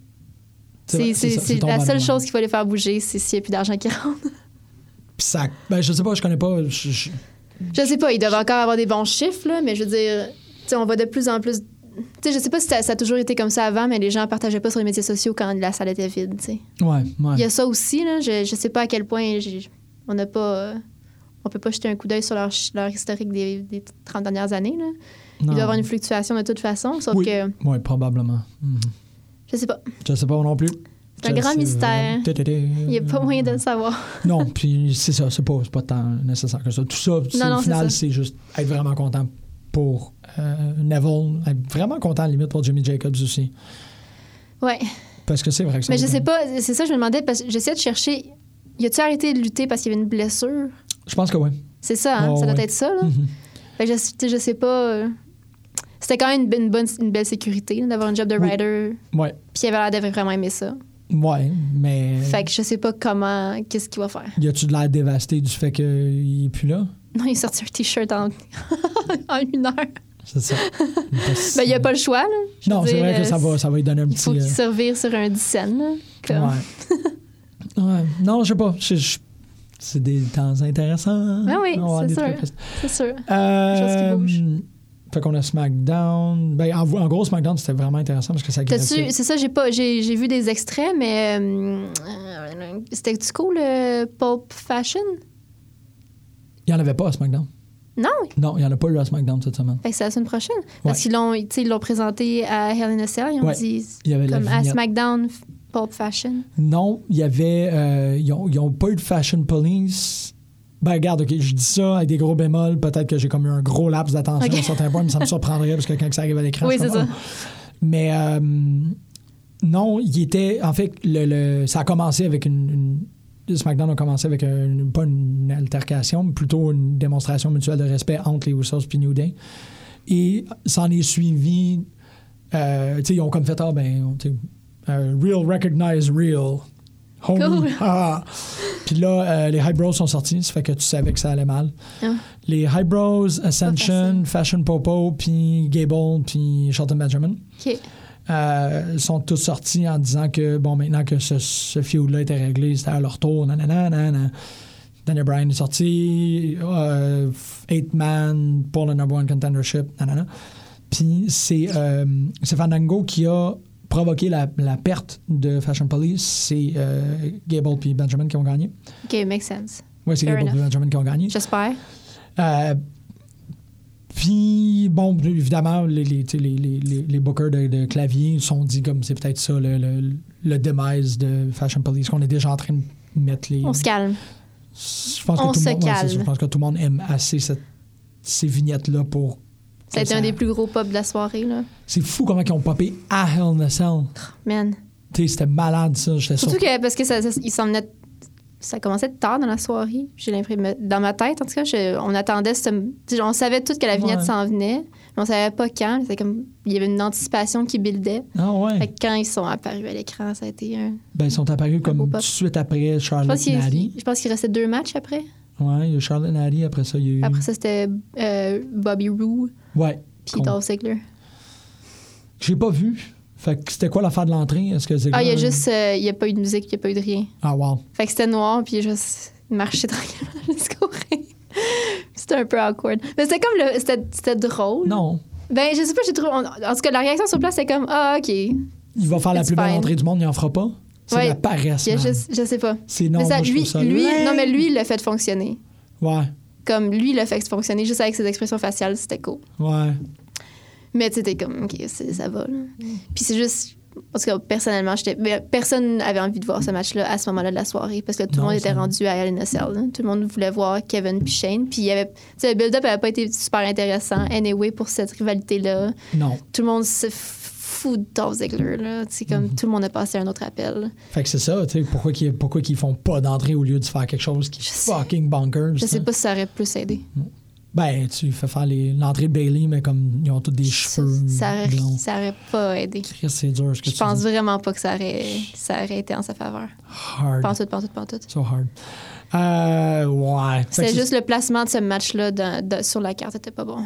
C'est
vrai,
c'est-
ça,
c'est
ton
la
bottom
seule
line.
chose qui va les faire bouger, c'est s'il n'y a plus d'argent qui rentre.
Puis ça, ben, je sais pas, je connais pas. je- je- Mm.
Je sais pas, ils doivent encore avoir des bons chiffres, là, mais je veux dire, tu sais, on va de plus en plus. Tu sais, je sais pas si ça, ça a toujours été comme ça avant, mais les gens partageaient pas sur les médias sociaux quand la salle était vide. tu sais.
Ouais, ouais.
Il y a ça aussi, là. Je, je sais pas à quel point j'ai- on n'a pas. euh, on peut pas jeter un coup d'œil sur leur, ch- leur historique des, des 30 dernières années. Là. Il doit y avoir une fluctuation de toute façon, sauf
Oui.
que
Oui, probablement. Mhm.
je sais pas.
Je sais pas non plus.
C'est un
Je
grand
sais- euh,
mystère.
Il
Il n'y a
Mm.
pas moyen de le savoir.
Non, puis c'est ça, c'est pas, c'est pas tant nécessaire que ça. Tout ça, c'est-
Non, non,
au
c'est
final,
ça.
c'est juste être vraiment content pour euh, Neville, être vraiment content, limite, pour Jimmy Jacobs aussi.
Ouais.
Parce que c'est vrai que ça.
Mais je sais pas, c'est ça que je me demandais, parce que j'essayais de chercher. Y a-tu arrêté de lutter parce qu'il y avait une blessure?
Je pense que oui.
C'est ça, hein?
Oh,
ça doit
ouais.
être ça, là.
Mhm.
Fait que je, tu sais, je sais pas. euh, C'était quand même une, bonne- une bonne, une belle sécurité là, d'avoir un job de
Oui.
rider.
Ouais.
Puis il avait l'air d'avoir vraiment aimé ça.
Ouais, mais.
Fait que je sais pas comment, qu'est-ce qu'il va faire.
Y a-tu de l'air dévasté du fait qu'il est plus là?
Non, il a sorti un t-shirt en, en une heure.
C'est ça.
Ben, il a pas le choix, là. Je
Non,
veux
c'est
dire,
vrai que
euh,
ça va, ça va lui donner un
Il
petit.
faut qu'il
euh,
se revire sur un 10 cents, là. Comme-
Ouais. ouais. Non, je sais pas. Je- je- C'est des temps intéressants.
Ben oui,
On va avoir
c'est
des
sûr.
trucs plus-
C'est sûr.
Euh,
Des choses qui
fait qu'on a SmackDown. Ben, en, en gros, SmackDown, c'était vraiment intéressant parce que ça
T'as-tu-
grattait.
C'est ça, j'ai pas, j'ai, j'ai vu des extraits, mais euh, euh, c'était du cool le pop fashion
Il n'y en avait pas à SmackDown.
Non,
Non, il n'y en a pas eu à SmackDown cette semaine.
fait que c'est la semaine prochaine.
Ouais.
Parce qu'ils l'ont, tu sais, ils l'ont présenté à Hell in a Cell, ils ont
Ouais.
dit
Il y avait la
comme à
vignette.
SmackDown f- pop fashion.
Non, il y avait. euh, ils n'ont pas eu de Fashion Police. Ben, regarde, OK, je dis ça avec des gros bémols. Peut-être que j'ai comme eu un gros laps d'attention
OK.
à certains points, mais ça me surprendrait parce que quand ça arrive à l'écran,
Oui,
je suis
c'est
comme,
ça.
Oh. Mais euh, non, il était. En fait, le, le- ça a commencé avec une. une- le SmackDown a commencé avec une- pas une altercation, mais plutôt une démonstration mutuelle de respect entre les Usos et New Day. Et s'en est suivi. euh, tu sais, ils ont comme fait Ah, ben, tu sais, euh, real recognize real. Homie.
Cool.
Ah. Puis là, euh, les High Bros sont sortis, ça fait que tu savais que ça allait mal.
Ah.
Les High Bros, Ascension,
facile.
Fashion Popo, puis Gable, puis Shelton Benjamin
OK.
euh, sont tous sortis en disant que, bon, maintenant que ce, ce feud-là était réglé, c'était à leur tour, nanana, nanana. Daniel Bryan est sorti, euh, Eight Man pour le number one contendership, nanana. Puis c'est euh, c'est Fandango qui a provoqué la, la perte de Fashion Police, c'est euh, Gable puis Benjamin qui ont gagné.
OK, makes sense.
Oui, c'est
Fair
Gable puis
enough.
Benjamin qui ont gagné.
J'espère.
Euh, puis, bon, évidemment, les, les, tu sais, les, les, les- les bookers de, de clavier sont dit comme c'est peut-être ça le, le, le demise de Fashion Police, qu'on est déjà en train de mettre les.
On se calme.
Je pense que
on
tout le
se
monde- ouais, c'est
calme.
ça. je pense que tout le monde aime assez cette- ces vignettes-là pour.
Ça a été un des plus gros pubs de la soirée, là.
C'est fou comment ils ont popé à Hell in a Cell.
Man.
Tu sais, c'était malade, ça. J'étais
Surtout
sûr.
que parce que ça, ça- il s'en venait- ça commençait tard dans la soirée. J'ai l'impression, dans ma tête, en tout cas, je- on attendait, ce- tu sais, on savait tout que la vignette
Ouais.
s'en venait, mais on savait pas quand. C'était comme, il y avait une anticipation qui buildait.
Ah ouais.
Fait que quand ils sont apparus à l'écran, ça a été un.
Ben, ils sont apparus comme
beau
tout de
pop.
suite après
Je
Charlotte
pense qu'il
Nally.
je pense qu'il restait deux matchs après.
Ouais, il y a Charlotte Nally, après ça, il y a eu.
Après ça, c'était euh, Bobby Roode
Ouais.
puis
Con-
Dolph Ziggler.
J'ai pas vu. Fait que c'était quoi l'affaire de l'entrée? Est-ce que Ziggler-
Ah, il y a juste, euh, il y a pas eu de musique, il y a pas eu de rien.
Ah, wow.
Fait que c'était noir, puis juste marcher tranquillement jusqu'au ring. c'était un peu awkward. Mais c'était comme le. C'était, c'était drôle.
Non.
Ben, je sais pas, j'ai trouvé. En, en tout cas, la réaction sur place, c'est comme Ah, OK. Il
Il va faire la
It's
plus belle
fine.
entrée du monde, il en fera pas. C'est
Ouais.
de la paresse.
y a
man.
juste. Je sais pas.
C'est non,
mais ça,
moi, je
lui,
trouve ça
lui
laid.
non, mais lui, il l'a fait fonctionner.
Ouais,
Comme lui, il l'a fait fonctionner juste avec ses expressions faciales, c'était cool.
ouais.
Mais tu sais, t'es comme OK, c'est- ça va. là.
Mm.
Puis c'est juste. En tout cas, personnellement, j'étais. mais Personne n'avait envie de voir ce match-là à ce moment-là de la soirée parce que tout
Non,
le monde était
ça-
rendu à Hell in a Cell, là. Tout le monde voulait voir Kevin puis Shane. Puis il y avait. tu sais, le build-up n'avait pas été super intéressant, anyway, pour cette rivalité-là.
Non.
tout le monde se f- fout de Dolph Ziggler. Là. C'est comme
Mhm.
tout le monde a passé un autre appel.
Fait que c'est ça, tu sais, pourquoi qu'ils pourquoi qu'ils font pas d'entrée au lieu de faire quelque chose qui est
Je sais.
fucking bonkers.
Je
ça?
sais pas si ça aurait plus aidé.
Ben, tu fais faire les- l'entrée de Bailey, mais comme ils ont tous des cheveux
ça, ça, aurait,
blonds.
ça aurait pas aidé.
Chris, c'est dur ce que
Je
tu
pense
dis.
vraiment pas que ça aurait, ça aurait été en sa faveur.
Hard.
Pantoute, pantoute, pantoute.
So hard. Euh, ouais. Fait que
C'est
c'est-
juste le placement de ce match-là dans- dans- sur la carte était pas bon.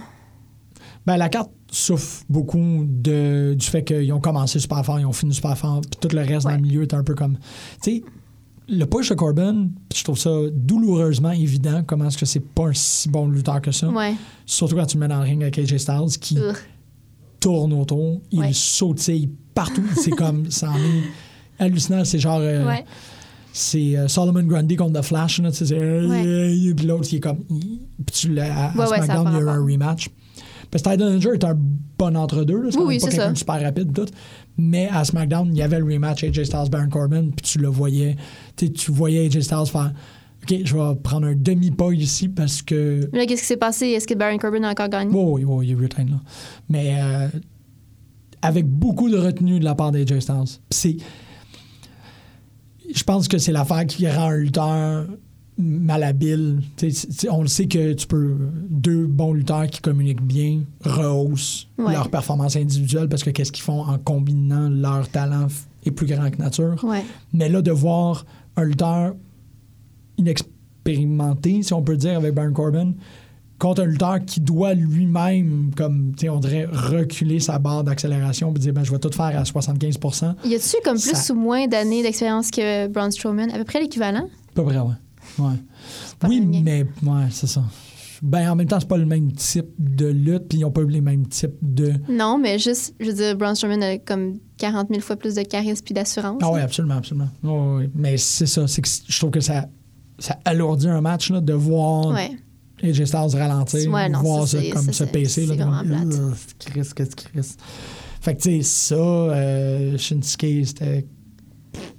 Ben, la carte souffre beaucoup de, du fait qu'ils ont commencé super fort, ils ont fini super fort, puis tout le reste dans
Ouais.
le milieu est un peu comme. Tu sais, le push de Corbin, puis je trouve ça douloureusement évident comment est-ce que c'est pas un si bon lutteur que ça.
Ouais.
Surtout quand tu le mets dans le ring avec AJ Styles qui
Ugh.
tourne autour, il
Ouais.
sautille partout. c'est comme, ça en est hallucinant. C'est genre. euh,
Ouais.
C'est euh, Solomon Grundy contre The Flash. Là, tu sais, c'est, euh,
Ouais.
euh, puis l'autre, il est comme. il- Puis tu l'as. À, à
Ouais, ouais, ça a
SmackDown,
pas
il y a eu un
rapport.
rematch. Parce que Tyler Danger est un bon entre-deux. là, C'est
Oui,
quand même
oui,
pas
c'est
quelqu'un
ça.
de super rapide. Tout. Mais à SmackDown, il y avait le rematch AJ Styles, Baron Corbin. Puis tu le voyais. Tu sais, tu voyais AJ Styles faire. OK, je vais prendre un demi-pas ici parce que
Mais Là, qu'est-ce qui s'est passé? Est-ce que Baron Corbin a encore gagné?
Oh, oui, oui, oui, il retain, là. Mais euh, avec beaucoup de retenue de la part des Styles. Puis c'est. Je pense que c'est l'affaire qui rend un lutteur malhabile. Tu sais, c'est- on le sait que tu peux. Deux bons lutteurs qui communiquent bien rehaussent
Ouais.
leur performance individuelle parce que qu'est-ce qu'ils font en combinant leur talent f- est plus grand que nature.
Ouais.
Mais là, de voir un lutteur inexpérimenté, si on peut dire, avec Baron Corbin, contre un lutteur qui doit lui-même, comme, tu sais, on dirait, reculer sa barre d'accélération et dire, ben, je vais tout faire à 75 à
Y a-tu comme plus
Ça-
ou moins d'années d'expérience que Braun Strowman? À peu près l'équivalent?
peu près, ouais. Ouais.
pas
Oui,
le même
mais, ouais, c'est ça. Ben, en même temps, c'est pas le même type de lutte, puis ils ont pas eu les mêmes types de.
Non, mais juste, je veux dire, Braun Strowman a comme 40 000 fois plus de charisme puis d'assurance.
Ah
là.
oui, absolument, absolument. Ouais, ouais. Mais c'est ça, c'est que je trouve que ça, ça alourdit un match, là, de voir
Ouais.
Et j'ai Styles ralentir,
Ouais, non,
voir
ça,
se-
c'est-
comme
ça,
se
c'est-
pacer. là,
c'est
comme, euh,
vraiment plate.
Ugh, Chris, Chris, Chris. Fait que, tu sais, ça, euh, Shinsuke, c'était.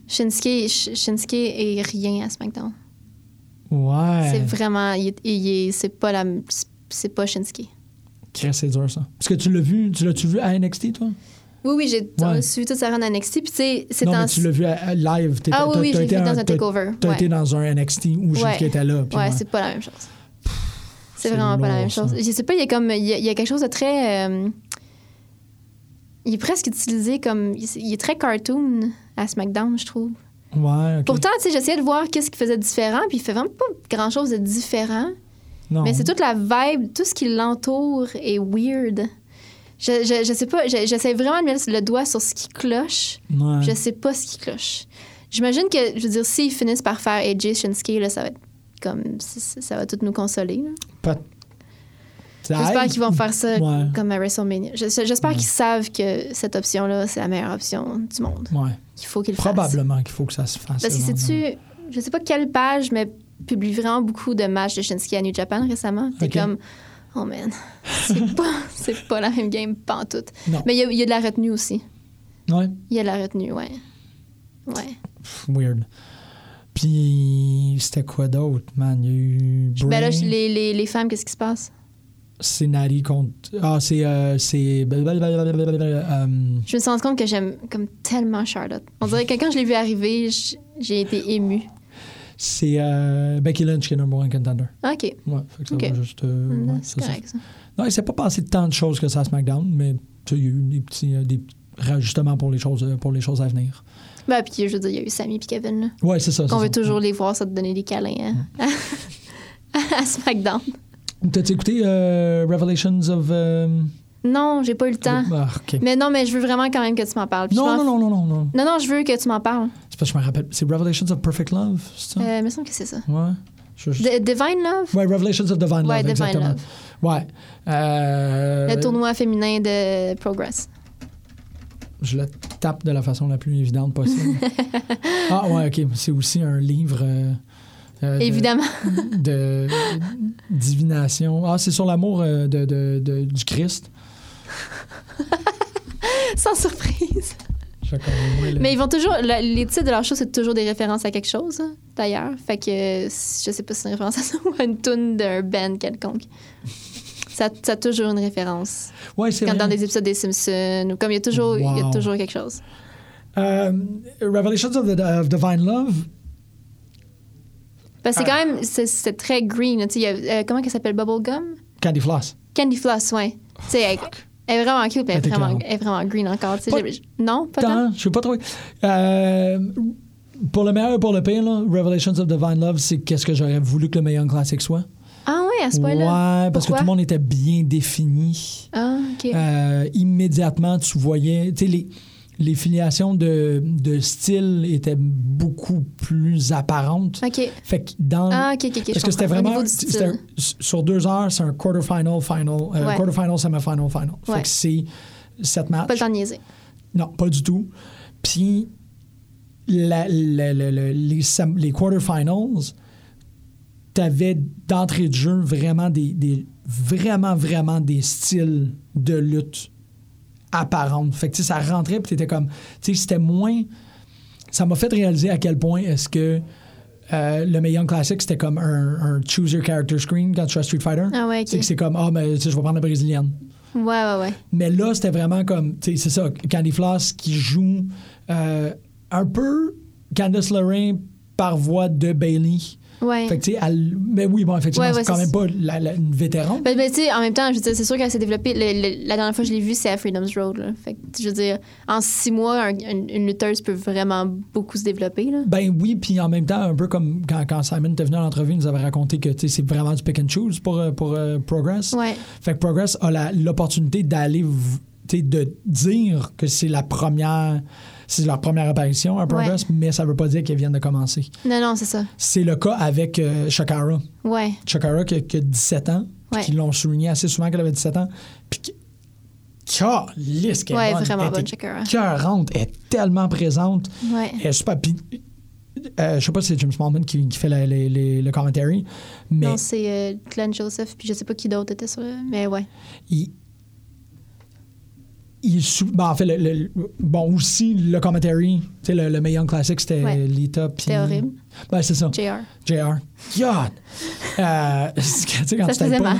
Shinsuke, Sh- Shinsuke est rien à SmackDown.
Ouais.
C'est vraiment, il est- il est- c'est pas la, c'est pas Shinsuke.
Chris, c'est dur, ça. Parce que tu l'as vu, tu l'as-tu vu à NXT, toi?
Oui, oui, j'ai
Ouais.
suivi toute sa run à NXT, puis tu sais, c'est
Non,
en-
mais tu l'as vu à, à live. t'étais-
Ah oui,
t'as-
oui,
t'as
j'ai
été
vu dans un
t'as-
takeover.
T'as
ouais.
été dans un NXT où Shinsuke
Ouais.
était là. puis
Ouais,
ouais.
c'est pas la même chose. C'est
c'est
vraiment pas la
lourd,
même chose.
ça.
Je sais pas, il y a comme, il y a, il y a quelque chose de très, euh, il est presque utilisé comme, il il est très cartoon à SmackDown, je trouve.
Ouais, ok.
Pourtant, tu sais, j'essayais de voir qu'est-ce qu'il faisait de différent, puis il fait vraiment pas grand chose de différent.
Non.
Mais c'est toute la vibe, tout ce qui l'entoure est weird. Je, je, je sais pas, je- j'essaie vraiment de mettre le doigt sur ce qui cloche.
Ouais.
Je sais pas ce qui cloche. J'imagine que, je veux dire, s'ils finissent par faire AJ Shinsuke, là, ça va être comme. c- c- Ça va tout nous consoler. là.
Peut-
J'espère qu'ils vont faire ça
Ouais.
comme à WrestleMania. Je- J'espère qu'ils savent que cette option-là, c'est la meilleure option du monde.
Ouais.
Il faut qu'ils le fassent.
Probablement qu'il faut que ça se fasse.
Parce que c'est-tu, je sais pas quelle page, mais publie vraiment beaucoup de matchs de Shinsuke à New Japan récemment. T'es
Ok.
comme, oh man, c'est pas, c'est pas la même game, pas en tout.
Non.
Mais il y, a- il y a de la retenue aussi.
Ouais.
Il y a de la retenue, ouais. Ouais.
Pff, Weird. Puis, c'était quoi d'autre, man? Il y a eu.
Ben là,
Brain.
je- les, les, les femmes, qu'est-ce qui se passe?
C'est Nari contre. Ah, c'est. euh, c'est. blablabla, euh,
Je me suis rendu compte que j'aime comme tellement Charlotte. On dirait que quand je l'ai vue arriver, j- j'ai été émue.
c'est euh, Becky Lynch qui est number one contender.
OK.
Ouais, fait que ça
Ok.
va juste. euh,
Mm,
ouais,
c'est
ça, ça-
correct, ça.
Non, il s'est pas passé tant de choses que ça à SmackDown, mais tu sais, il y a eu des petits, euh, des petits réajustements pour les choses, euh, pour les choses à venir.
Ben, puis je veux dire, il y a eu Samy puis Kevin, là.
Ouais, c'est ça.
Qu'on
c'est
veut
ça.
toujours les voir, ça te donner des câlins hein, à, à SmackDown.
T'as-tu écouté euh, Revelations of. euh,
Non, j'ai pas eu le temps.
Ah, ok.
Mais non, mais je veux vraiment quand même que tu m'en parles. Puis je
Non,
m'en
non,
fous-
non, non, non, non.
Non, non, je veux que tu m'en parles.
C'est parce que je me rappelle. C'est Revelations of Perfect Love, c'est ça?
Euh, il me semble que c'est ça.
Ouais. Je- je-
D- Divine Love?
Ouais, Revelations of Divine
Ouais, Divine
Love, exactement.
Love.
Ouais. Euh,
Le tournoi féminin de Progress.
Je le tape de la façon la plus évidente possible. ah, ouais, OK. C'est aussi un livre... euh, euh, de-
Évidemment.
De, divination. Ah, c'est sur l'amour euh, de, de- de- du Christ.
Sans surprise.
Euh. Je fais comme, ouais, le-
Mais ils vont toujours. la- les titres de leurs shows, c'est toujours des références à quelque chose, hein, d'ailleurs. Fait que euh, je sais pas si c'est une référence à ça ou à une tune d'un band quelconque. Ça, ça a toujours une référence.
Ouais, c'est
Quand
vrai.
dans des épisodes des Simpsons, ou comme il y a toujours, il y a
Wow.
toujours quelque chose.
Euh, Revelations of, the- of Divine Love,
Parce que c'est
Ah.
quand même, c'est- c'est très green. là, tu sais, il y a, euh, comment qu'elle s'appelle Bubblegum?
Candy Floss.
Candy Floss, ouais. Tu sais, elle, elle est vraiment cute, mais elle, est
Elle était
vraiment,
claire.
elle est vraiment green encore. tu sais,
Pas-
j'ai- non, pas tant.
Tant, je sais pas trop. Euh, pour le meilleur et pour le pire, là, Revelations of Divine Love, c'est qu'est-ce que j'aurais voulu que le meilleur classique soit.
Ah ouais, à ce point-là.
Ouais, parce que
Pourquoi?
tout le monde était bien défini.
Ah, OK.
Euh, immédiatement, tu voyais, tu sais, les, les filiations de, de style étaient beaucoup plus apparentes.
OK.
Fait que dans.
Ah, OK, OK, OK.
parce que c'était vraiment. c'était
C'était
un- sur deux heures, c'est un quarter final, final, euh,
Ouais.
quarter final, semi-final, final.
Ouais.
Fait que c'est sept matchs.
pas le temps de niaiser.
Non, pas du tout. Puis la- la- la- la- les, sam- les quarterfinals, t'avais d'entrée de jeu vraiment des, des- vraiment, vraiment des styles de lutte apparentes. Fait que tu sais, ça rentrait puis t'étais comme. Tu sais, c'était moins. Ça m'a fait réaliser à quel point est-ce que euh, le meilleur classique, c'était comme un, un choose your character screen quand tu joues à Street Fighter.
Ah ouais, ok.
C'est que c'est comme, ah, mais tu sais, je vais prendre la brésilienne.
Ouais, ouais, ouais.
Mais là, c'était vraiment comme, tu sais, c'est ça, Candy Floss qui joue euh, un peu Candice LeRae par voie de Bailey.
Ouais.
Fait que, tu sais, elle- mais oui, bon, effectivement,
Ouais, ouais,
c'est quand
c'est-
même pas la- la- une vétéran.
Ben, ben, tu sais, en même temps, je veux dire, c'est sûr qu'elle s'est développée. le- le- la dernière fois que je l'ai vue, c'est à Freedom's Road. là. Fait que, je veux dire, en six mois, un- une, une lutteuse peut vraiment beaucoup se développer. Là.
Ben oui, puis en même temps, un peu comme quand, quand Simon était venu à l'entrevue, il nous avait raconté que tu sais, c'est vraiment du pick and choose pour, euh, pour euh, Progress.
Ouais.
Fait que Progress a la- l'opportunité d'aller, v- tu sais, de dire que c'est la première, c'est leur première apparition à Progress, mais ça veut pas dire qu'ils viennent de commencer.
Non, non, c'est ça.
C'est le cas avec euh, Shakara.
Ouais.
Chakara qui a, qui a 17 ans, puis
Ouais.
qui l'ont souligné assez souvent qu'elle avait 17 ans, puis qui... Calisse qu'elle est
Ouais,
bonne.
vraiment
Elle
bonne,
était
Shakara.
Cœurante, elle est tellement présente.
Ouais.
Elle est super... Puis, euh, je sais pas si c'est James Smallman qui, qui fait la- les- les- le commentary, mais
Non, c'est euh, Glenn Joseph, puis je sais pas qui d'autre était sur le. Mais ouais.
il... il sou- ben, en fait, le, le- bon, aussi le commentary, tu sais, le, le meilleur classique, c'était
Ouais.
Lita. puis-
C'était horrible.
Ben, c'est ça.
JR.
JR. God! Euh, tu sais, quand
Ça
tu
te faisait
t'aimes pas,
mal.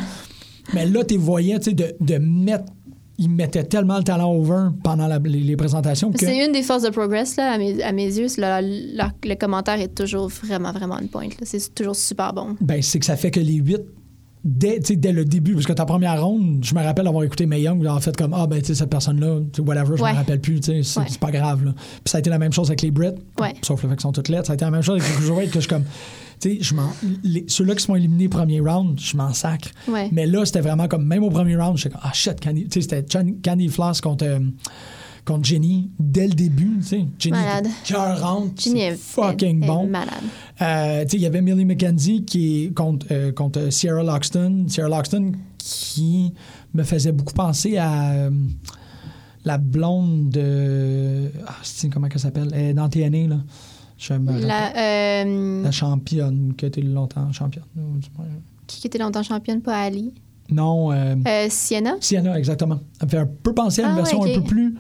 Mais là, tu voyais, tu sais, de, de mettre. Ils mettaient tellement le talent over pendant la- les, les présentations que.
C'est une des forces de Progress, là, à mes, à mes yeux. c'est leur- leur- le commentaire est toujours vraiment, vraiment une pointe. là. C'est toujours super bon.
Ben, c'est que ça fait que les huit. Dès, tu sais, dès le début, parce que ta première ronde, je me rappelle avoir écouté May Young, en fait, comme Ah, ben, tu sais, cette personne-là, tu sais, whatever, je
Ouais.
me rappelle plus, tu sais, c'est
Ouais.
c'est pas grave. Là. Puis ça a été la même chose avec les Brits,
Ouais.
sauf le fait qu'ils sont toutes lettres. Ça a été la même chose avec les Cruiserweights, que je suis comme, tu sais, je m'en- les- ceux-là qui se font éliminer premier round, je m'en sacre.
Ouais.
Mais là, c'était vraiment comme, même au premier round, j'étais comme Ah, shit, Candy, tu sais, c'était Chan- Candy Floss contre, euh, contre Jenny dès le début. tu sais. Jenny
Malade.
était cœurante,
Ginny
c'est
est-
fucking
est- est
bon.
malade.
Euh, tu sais, il y avait Millie McKenzie qui est contre, euh, contre euh, Sierra Loxton. Sierra Loxton qui me faisait beaucoup penser à euh, la blonde de. Ah, c'est- comment elle s'appelle Elle est dans TNA, là. Je me rappelle. la...
La, euh,
championne qui a été longtemps championne. ou du moins-
qui était longtemps championne, pas Ali.
Non, euh,
Euh, Sienna.
Sienna, exactement. Ça me fait un peu penser à une
Ah, ouais,
version
ok.
un peu plus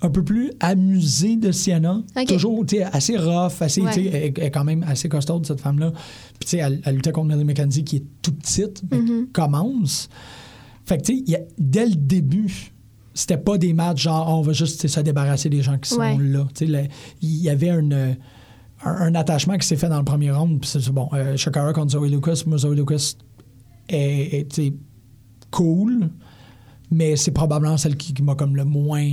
un peu plus amusée de Sienna.
Ok.
Toujours, tu sais, assez rough, assez,
Ouais.
tu sais, elle, elle est quand même assez costaude, cette femme-là. Puis, tu sais, elle, elle luttait contre Millie McKenzie, qui est toute petite, mais
Mm-hmm.
qui commence. Fait que, tu sais, il y a- dès le début, c'était pas des matchs genre, oh, on va juste tu sais, se débarrasser des gens qui sont
Ouais.
là. Tu sais, le- il y avait une, euh, un, un attachement qui s'est fait dans le premier round. Puis, c'est bon, euh, Shakara contre Zoe Lucas, moi, Zoe Lucas est, est, tu sais, cool, mais c'est probablement celle qui, qui m'a comme le moins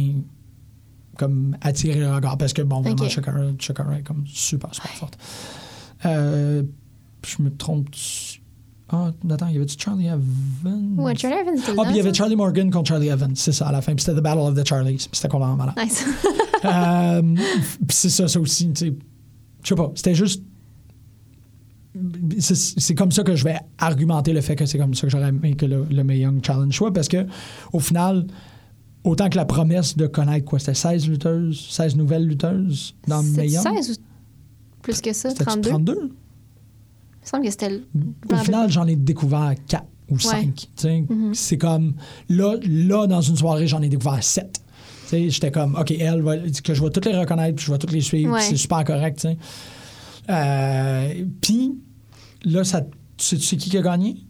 comme attiré le regard parce que bon vraiment
Ok.
Shakara, Shakara est comme super super forte. Euh, je me trompe. Ah attends, il y avait tu Charlie Evans.
Ouais, Charlie Evans était
Ah puis il y
dedans,
avait Charlie Morgan contre Charlie Evans, c'est ça à la fin. Puis c'était The Battle of the Charlies, puis c'était complètement malade.
ça. Nice.
Euh, puis c'est ça, ça aussi, tu sais. Je sais pas, c'était juste. C'est c'est comme ça que je vais argumenter le fait que c'est comme ça que j'aurais aimé que le, le Mae Young Challenge soit, parce que au final, autant que la promesse de connaître quoi, c'était 16 lutteuses, 16 nouvelles lutteuses dans le Mae
C'était
Young.
16 ou plus que ça,
C'était-tu
32.
32?
Il me semble que c'était le-
Au
Ouais.
final, j'en ai découvert 4 ou 5.
Mm-hmm.
C'est comme, là, là, dans une soirée, j'en ai découvert 7. J'étais comme, OK, elle, va- que je vais toutes les reconnaître, puis je vais toutes les suivre,
Ouais.
puis c'est super correct. tu sais. Euh, puis, là, ça, tu sais, tu sais qui qui a gagné?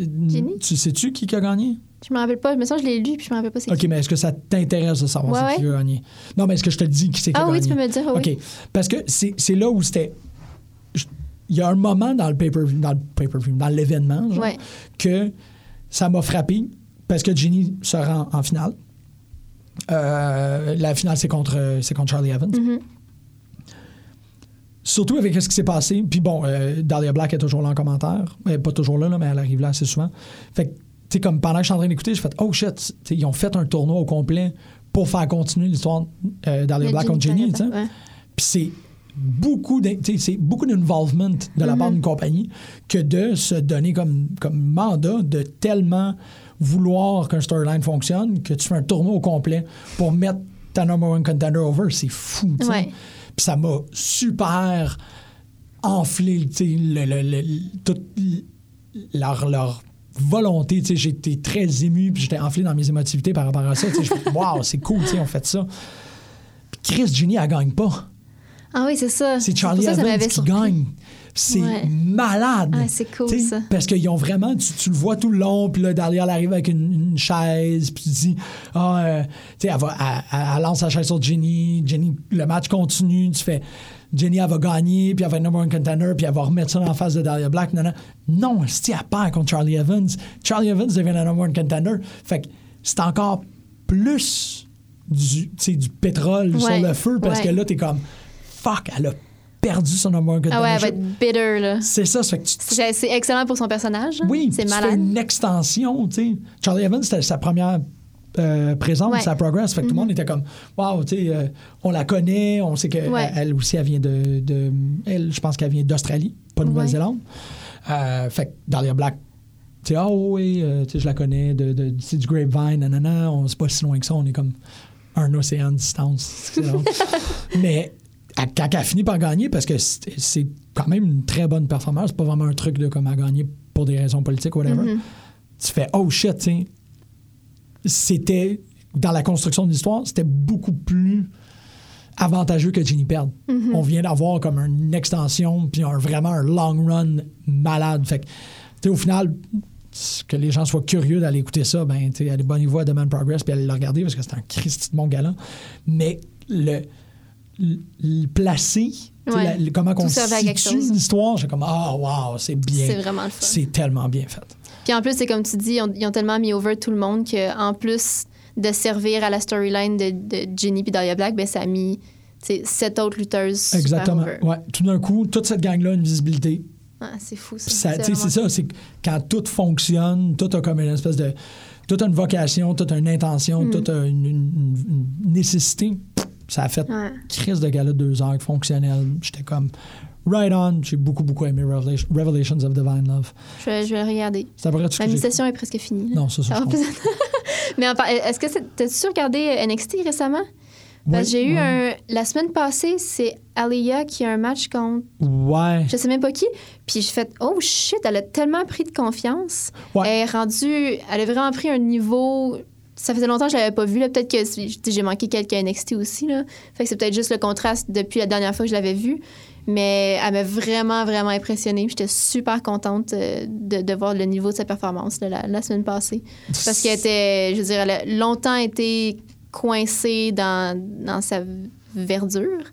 Jenny?
Tu sais-tu qui qui a gagné?
Je me rappelle pas. Je me sens que je l'ai lu puis je me rappelle pas c'est
OK,
qui.
mais est-ce que ça t'intéresse de savoir
Ouais,
c'est qui qui a gagné? Non, mais est-ce que je te le dis qui c'est qui a
Ah
gagné?
oui, tu peux me le dire. ah oui.
OK. Parce que c'est c'est là où c'était. je- Il y a un moment dans le pay-per-view, dans le pay-per-view, dans l'événement, genre,
Ouais.
que ça m'a frappé parce que Ginny se rend en finale. Euh, la finale, c'est contre, c'est contre Charlie
Mm-hmm.
Evans. Surtout avec ce qui s'est passé. Puis bon, euh, Dahlia Black est toujours là en commentaire. Elle est pas toujours là, là, mais elle arrive là assez souvent. Fait que, tu sais, comme pendant que je suis en train d'écouter, je fais Oh shit, tu sais, ils ont fait un tournoi au complet pour faire continuer l'histoire euh, Dahlia
Le
Black contre Ginny. tu sais.
ouais.
Puis c'est beaucoup d'in- tu sais, c'est beaucoup d'involvement de la part d'une compagnie que de se donner comme, comme mandat de tellement vouloir qu'un storyline fonctionne que tu fais un tournoi au complet pour mettre ta number one contender over. C'est fou. tu sais.
Ouais.
Puis ça m'a super enflé tu sais, le, le- le- toute l- leur, leur volonté. tu sais. J'étais très ému puis j'étais enflé dans mes émotivités par rapport à ça. tu sais. Je fais, Wow, c'est cool, tu sais, on fait ça. Puis Chris Ginny, elle gagne pas.
Ah oui, c'est ça.
C'est
pour
Charlie
ça que ça
Evans
m'avait
qui
surpris.
gagne. C'est
Ouais.
malade.
Ah, c'est cool,
T'sais,
ça.
Parce qu'ils ont vraiment, tu, tu le vois tout le long, puis là, derrière, elle arrive avec une, une chaise, puis tu dis, ah, euh, tu sais, elle, va- elle- elle- elle lance sa chaise sur Jenny, Jenny, le match continue, tu fais, Jenny, elle va gagner, puis elle va être number one contender, puis elle va remettre ça en face de Dahlia Black. Non, non, non, si elle perd contre Charlie Evans, Charlie Evans devient la number one contender. Fait que c'est encore plus du, tu sais, du pétrole sur
Ouais,
le feu, parce
ouais.
que là, t'es comme, fuck, elle a perdu son number one
Ah ouais, elle va
contendership.
être bitter, là.
C'est ça, ça fait que tu te
C'est c'est excellent pour son personnage. hein.
oui,
C'est
puis tu fais
malade.
une extension, tu sais. Charlie Evans, c'était sa première euh, présence,
Ouais. Mm-hmm.
sa progress. Fait que tout le monde était comme, waouh, tu sais, euh, on la connaît, on sait qu'elle
Ouais.
elle aussi, elle vient de. de- elle, je pense qu'elle vient d'Australie, pas de
Ouais.
Nouvelle-Zélande. Euh, fait que Dahlia Black, tu sais, ah oui, euh, tu sais, je la connais, de, de, tu sais, du Grapevine, nanana, on c'est pas si loin que ça, on est comme un océan de distance. C'est drôle. Mais à- quand elle finit par gagner, parce que c'est c'est quand même une très bonne performance, c'est pas vraiment un truc de comme à gagner pour des raisons politiques, whatever. Tu fais oh shit, tu sais. C'était dans la construction de l'histoire, c'était beaucoup plus avantageux que Ginny perde.
Mm-hmm.
On vient d'avoir comme une extension, puis un, vraiment un long run malade. Fait que, tu sais, au final, que les gens soient curieux d'aller écouter ça, ben, tu sais, allez bonne voie à Demand Progress, puis allez le regarder, parce que c'est un Christy de mon galant. Mais le, le, le placer, tu sais,
Ouais.
la- le- comment
Tout
qu'on
servait à quelque
situe
chose.
l'histoire, j'ai comme, ah, wow, c'est bien.
C'est vraiment le fun.
C'est tellement bien fait.
Puis en plus, c'est comme tu dis, ils ont, ils ont tellement mis over tout le monde qu'en plus de servir à la storyline de, de Ginny puis Dahlia Black, ben, ça a mis tu sais, sept autres lutteuses super
Exactement.
over.
Ouais. Tout d'un coup, toute cette gang-là a une visibilité.
Ah, c'est fou, ça.
Puis ça,
C'est
tu sais,
vraiment-
c'est ça, c'est que quand tout fonctionne, tout a comme une espèce de. Tout a une vocation, tout a une intention,
Hmm.
tout a une, une- une- une nécessité. Ça a fait
Ouais.
crise de gala de deux heures fonctionnel. J'étais comme right on. J'ai beaucoup, beaucoup aimé Revelation- Revelations of Divine Love.
Je vais, je vais le regarder.
C'est à peu près tout ce
La
que j'ai-
mi-session est presque finie. là.
Non, ça, ça,
Ça
je
va
comprends.
plus- Mais en par- est-ce que c'est- t'as-tu euh, regardé NXT récemment?
Ouais,
Parce que j'ai eu
ouais.
un. La semaine passée, c'est Aliyah qui a un match contre
Ouais.
je sais même pas qui. Puis j'ai fait Oh shit, elle a tellement pris de confiance.
Ouais.
Elle est rendue. Elle a vraiment pris un niveau. Ça faisait longtemps que je l'avais pas vue. là. Peut-être que si- tu sais, j'ai manqué quelques NXT aussi. Là. Fait que c'est peut-être juste le contraste depuis la dernière fois que je l'avais vue. Mais elle m'a vraiment, vraiment impressionnée. Puis J'étais super contente euh, de, de voir le niveau de sa performance là, la, la semaine passée. Parce qu'elle était, je veux dire, elle a longtemps été coincée dans, dans sa verdure.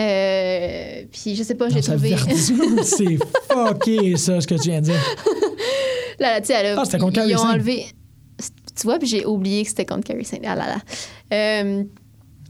Euh, puis je sais pas, j'ai
Dans sa
trouvé.
verdure, c'est fucké, ça, ce que tu viens de dire.
Là, tu sais, elle a-
Ah, c'était contre Carrie
ils ont
Saint.
enlevé. Tu vois, puis j'ai oublié que c'était contre Carrie Saint. Ah là là. Euh,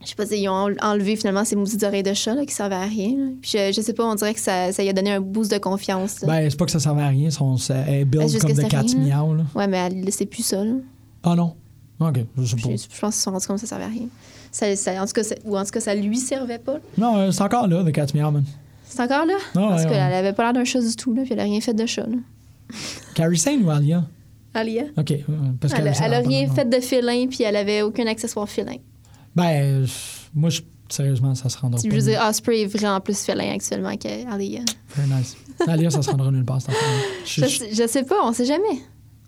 je sais pas, tu sais, ils ont enlevé finalement ces maudites oreilles de chat là, qui servaient à rien. là. Puis je, je sais pas, on dirait que ça, ça lui a donné un boost de confiance. là.
Ben, c'est pas que ça servait à rien, son, ça, elle
Ah, c'est
build
juste
comme
que
de
c'est
cat
rien.
miaou, là.
Ouais, mais elle, c'est plus ça. là.
Ah non? Ok, je sais
Je,
pas.
je pense qu'ils se sont rendus compte que ça servait à rien. Ça- ça- en tout cas, ça- ou en tout cas, ça lui servait pas. là.
Non, euh, c'est encore là, The Cat Meow, man.
C'est encore là?
Ah,
Parce
ouais,
qu'elle
ouais.
avait pas l'air d'un chat du tout, là, puis elle a rien fait de chat. Là.
Carrie Sane ou Alia?
Alia?
OK. euh, Parce que
Elle, a-
ça,
elle a rien
apparemment.
fait de félin, puis elle avait aucun accessoire félin.
Ben, euh, moi, je- sérieusement, ça se rendra
Je
pas.
veux dire, Osprey est vraiment plus félin actuellement qu'Alia.
Very nice. Alia, ça se rendra nulle part, cette affaire-là. Je-
Je,
je-
sais- je sais pas, on sait jamais.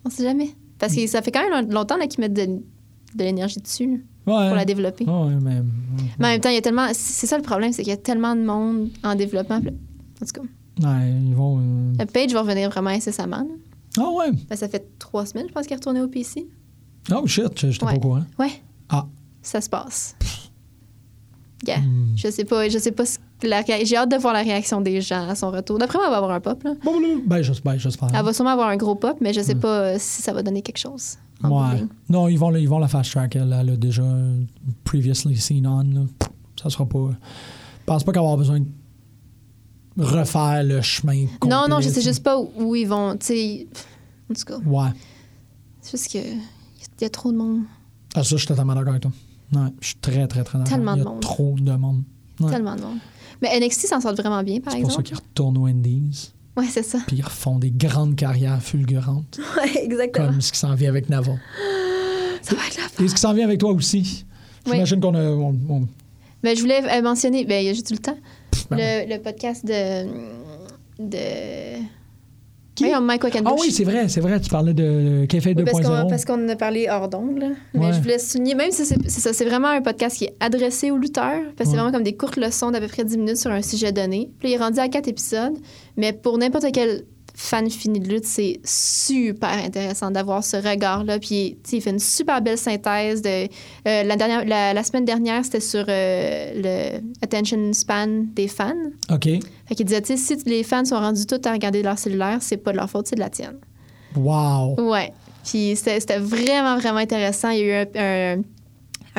On sait jamais. Parce
Mm.
que ça fait quand même long- longtemps là, qu'ils mettent de, de l'énergie dessus là,
Ouais.
pour la développer.
Ouais, ouais, mais...
Mais en même temps, il y a tellement. C'est ça le problème, c'est qu'il y a tellement de monde en développement. puis là- En tout cas,
Ouais, ils vont... euh,
la page va revenir vraiment incessamment. là.
Ah ouais?
Ben, ça fait trois semaines, je pense, qu'elle est retournée au PC.
Oh shit, je- j'étais pas
Ouais.
au courant.
Ouais.
Ah.
Ça se passe. Yeah.
Hmm.
Je sais pas, je sais pas ce que la réa- J'ai hâte de voir la réaction des gens à son retour. D'après moi, elle va avoir un pop. Là.
Bon, bon, Ben, j'espère, j'espère.
Elle va sûrement avoir un gros pop, mais je sais pas euh, si ça va donner quelque chose. en bout de
Hmm. Ouais.
ligne.
Non, ils vont, la- ils vont la fast track. Elle, elle a déjà previously seen on. là. Ça sera pas. Je pense pas qu'elle va avoir besoin de refaire le chemin.
Non, non, je sais
complet,
juste pas où- où ils vont. Tu sais, en tout cas,
tu sais. Ouais.
c'est juste que il y a trop de monde.
Ah, ça, je suis totalement d'accord avec toi. Ouais, je suis très, très, très d'accord.
Tellement
Il y
de
a
monde.
trop de monde. Ouais.
Tellement de monde. Mais NXT s'en sort vraiment bien, par
C'est pour ça
exemple.
qu'ils retournent aux Indies.
Ouais, c'est ça.
Puis ils refont des grandes carrières fulgurantes,
Ouais, exactement.
comme ce qui s'en vient avec Nava.
Ça va être là.
Et ce qui s'en vient avec toi aussi.
Oui.
J'imagine qu'on a. on- on-
Mais je voulais euh, mentionner, ben, il y a juste le temps,
ben,
le, le podcast de. de.
Qui?
Voyons, Mike
Ah
Wackenbush.
oui, c'est vrai, c'est vrai. Tu parlais de Café
Oui, parce
2.0.
qu'on- parce qu'on en a parlé hors d'onde. là. Mais
Ouais.
je voulais souligner, même si c'est c'est ça, c'est vraiment un podcast qui est adressé aux lutteurs, parce que c'est
Ouais.
vraiment comme des courtes leçons d'à peu près 10 minutes sur un sujet donné. Puis là, il est rendu à quatre épisodes, mais pour n'importe quel fan fini de lutte, c'est super intéressant d'avoir ce regard-là. Puis tu sais, il fait une super belle synthèse. De, euh, la, dernière, la, la semaine dernière, c'était sur euh, le attention span des fans.
OK.
Fait qu'il disait, tu sais, si les fans sont rendus tous à regarder leur cellulaire, c'est pas de leur faute, c'est de la tienne.
Wow.
Ouais. Puis c'était c'était vraiment, vraiment intéressant. Il y a eu un, un-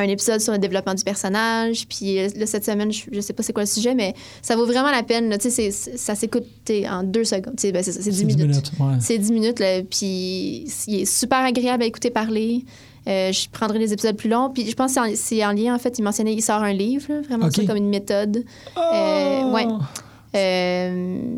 un épisode sur le développement du personnage. Puis euh, là, cette semaine, je, je sais pas c'est quoi le sujet, mais ça vaut vraiment la peine. là. Tu sais, c'est- ça s'écoute t'sais, en deux secondes. Tu sais, ben, c'est ça, c'est 10
C'est
minutes.
ouais.
C'est 10 minutes, là, puis il est super agréable à écouter parler. Euh, je prendrai des épisodes plus longs. Puis je pense que c'est en- c'est en, lien, en fait, il mentionnait, il sort un livre, là, vraiment
Ok.
ça, comme une méthode. Euh, ouais. Euh,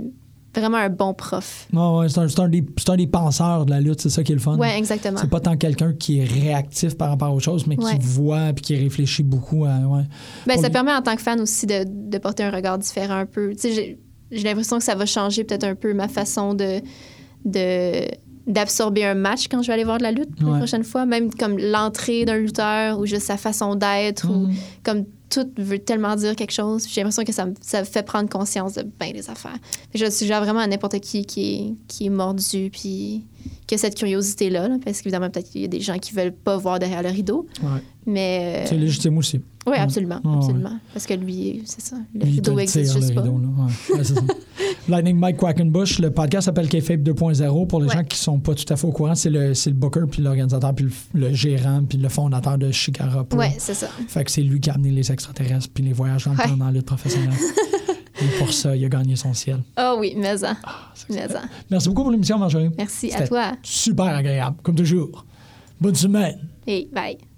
vraiment un bon prof.
Non, Ah ouais, c'est un, c'est un des, c'est un des penseurs de la lutte, c'est ça qui est le fun.
Ouais, exactement.
C'est pas tant quelqu'un qui est réactif par rapport aux choses, mais
Ouais.
qui voit puis qui réfléchit beaucoup à. Ouais.
Ben,
Pour
ça
lui.
permet en tant que fan aussi de, de porter un regard différent un peu. Tu sais, j'ai- j'ai l'impression que ça va changer peut-être un peu ma façon de, de d'absorber un match quand je vais aller voir de la lutte la
Ouais.
prochaine fois, même comme l'entrée d'un lutteur ou juste sa façon d'être ou
Mhm.
comme tout veut tellement dire quelque chose. J'ai l'impression que ça me ça me fait prendre conscience de bien des affaires. Fait que Je le suggère vraiment à n'importe qui qui est, qui est mordu puis qui a cette curiosité-là, là, parce qu'évidemment, peut-être qu'il y a des gens qui veulent pas voir derrière le rideau,
Ouais.
mais... euh,
C'est légitime aussi.
oui,
Ouais.
absolument,
Mm. Ah, Ouais, ouais.
absolument. Parce que lui, c'est ça. Le
Lui, il
rideau
te le
existe
tire,
juste
le
pas.
rideau, là. Ouais. Ouais, c'est ça. Lightning Mike Quackenbush, le podcast s'appelle K-Fape 2.0. Pour les
Ouais.
gens qui sont pas tout à fait au courant, c'est le, c'est le booker, puis l'organisateur, puis le, le gérant, puis le fondateur de Shikara. Pro.
Ouais, c'est ça.
Fait que c'est lui qui a amené les extraterrestres puis les voyages dans le
Ouais.
temps dans la lutte professionnelle. Et pour ça, il a gagné son ciel.
Ah oui, mais en. Mais en.
Merci beaucoup pour l'émission, Marjorie.
Merci à
C'était
toi.
Super agréable, comme toujours. Bonne semaine.
Hey, bye.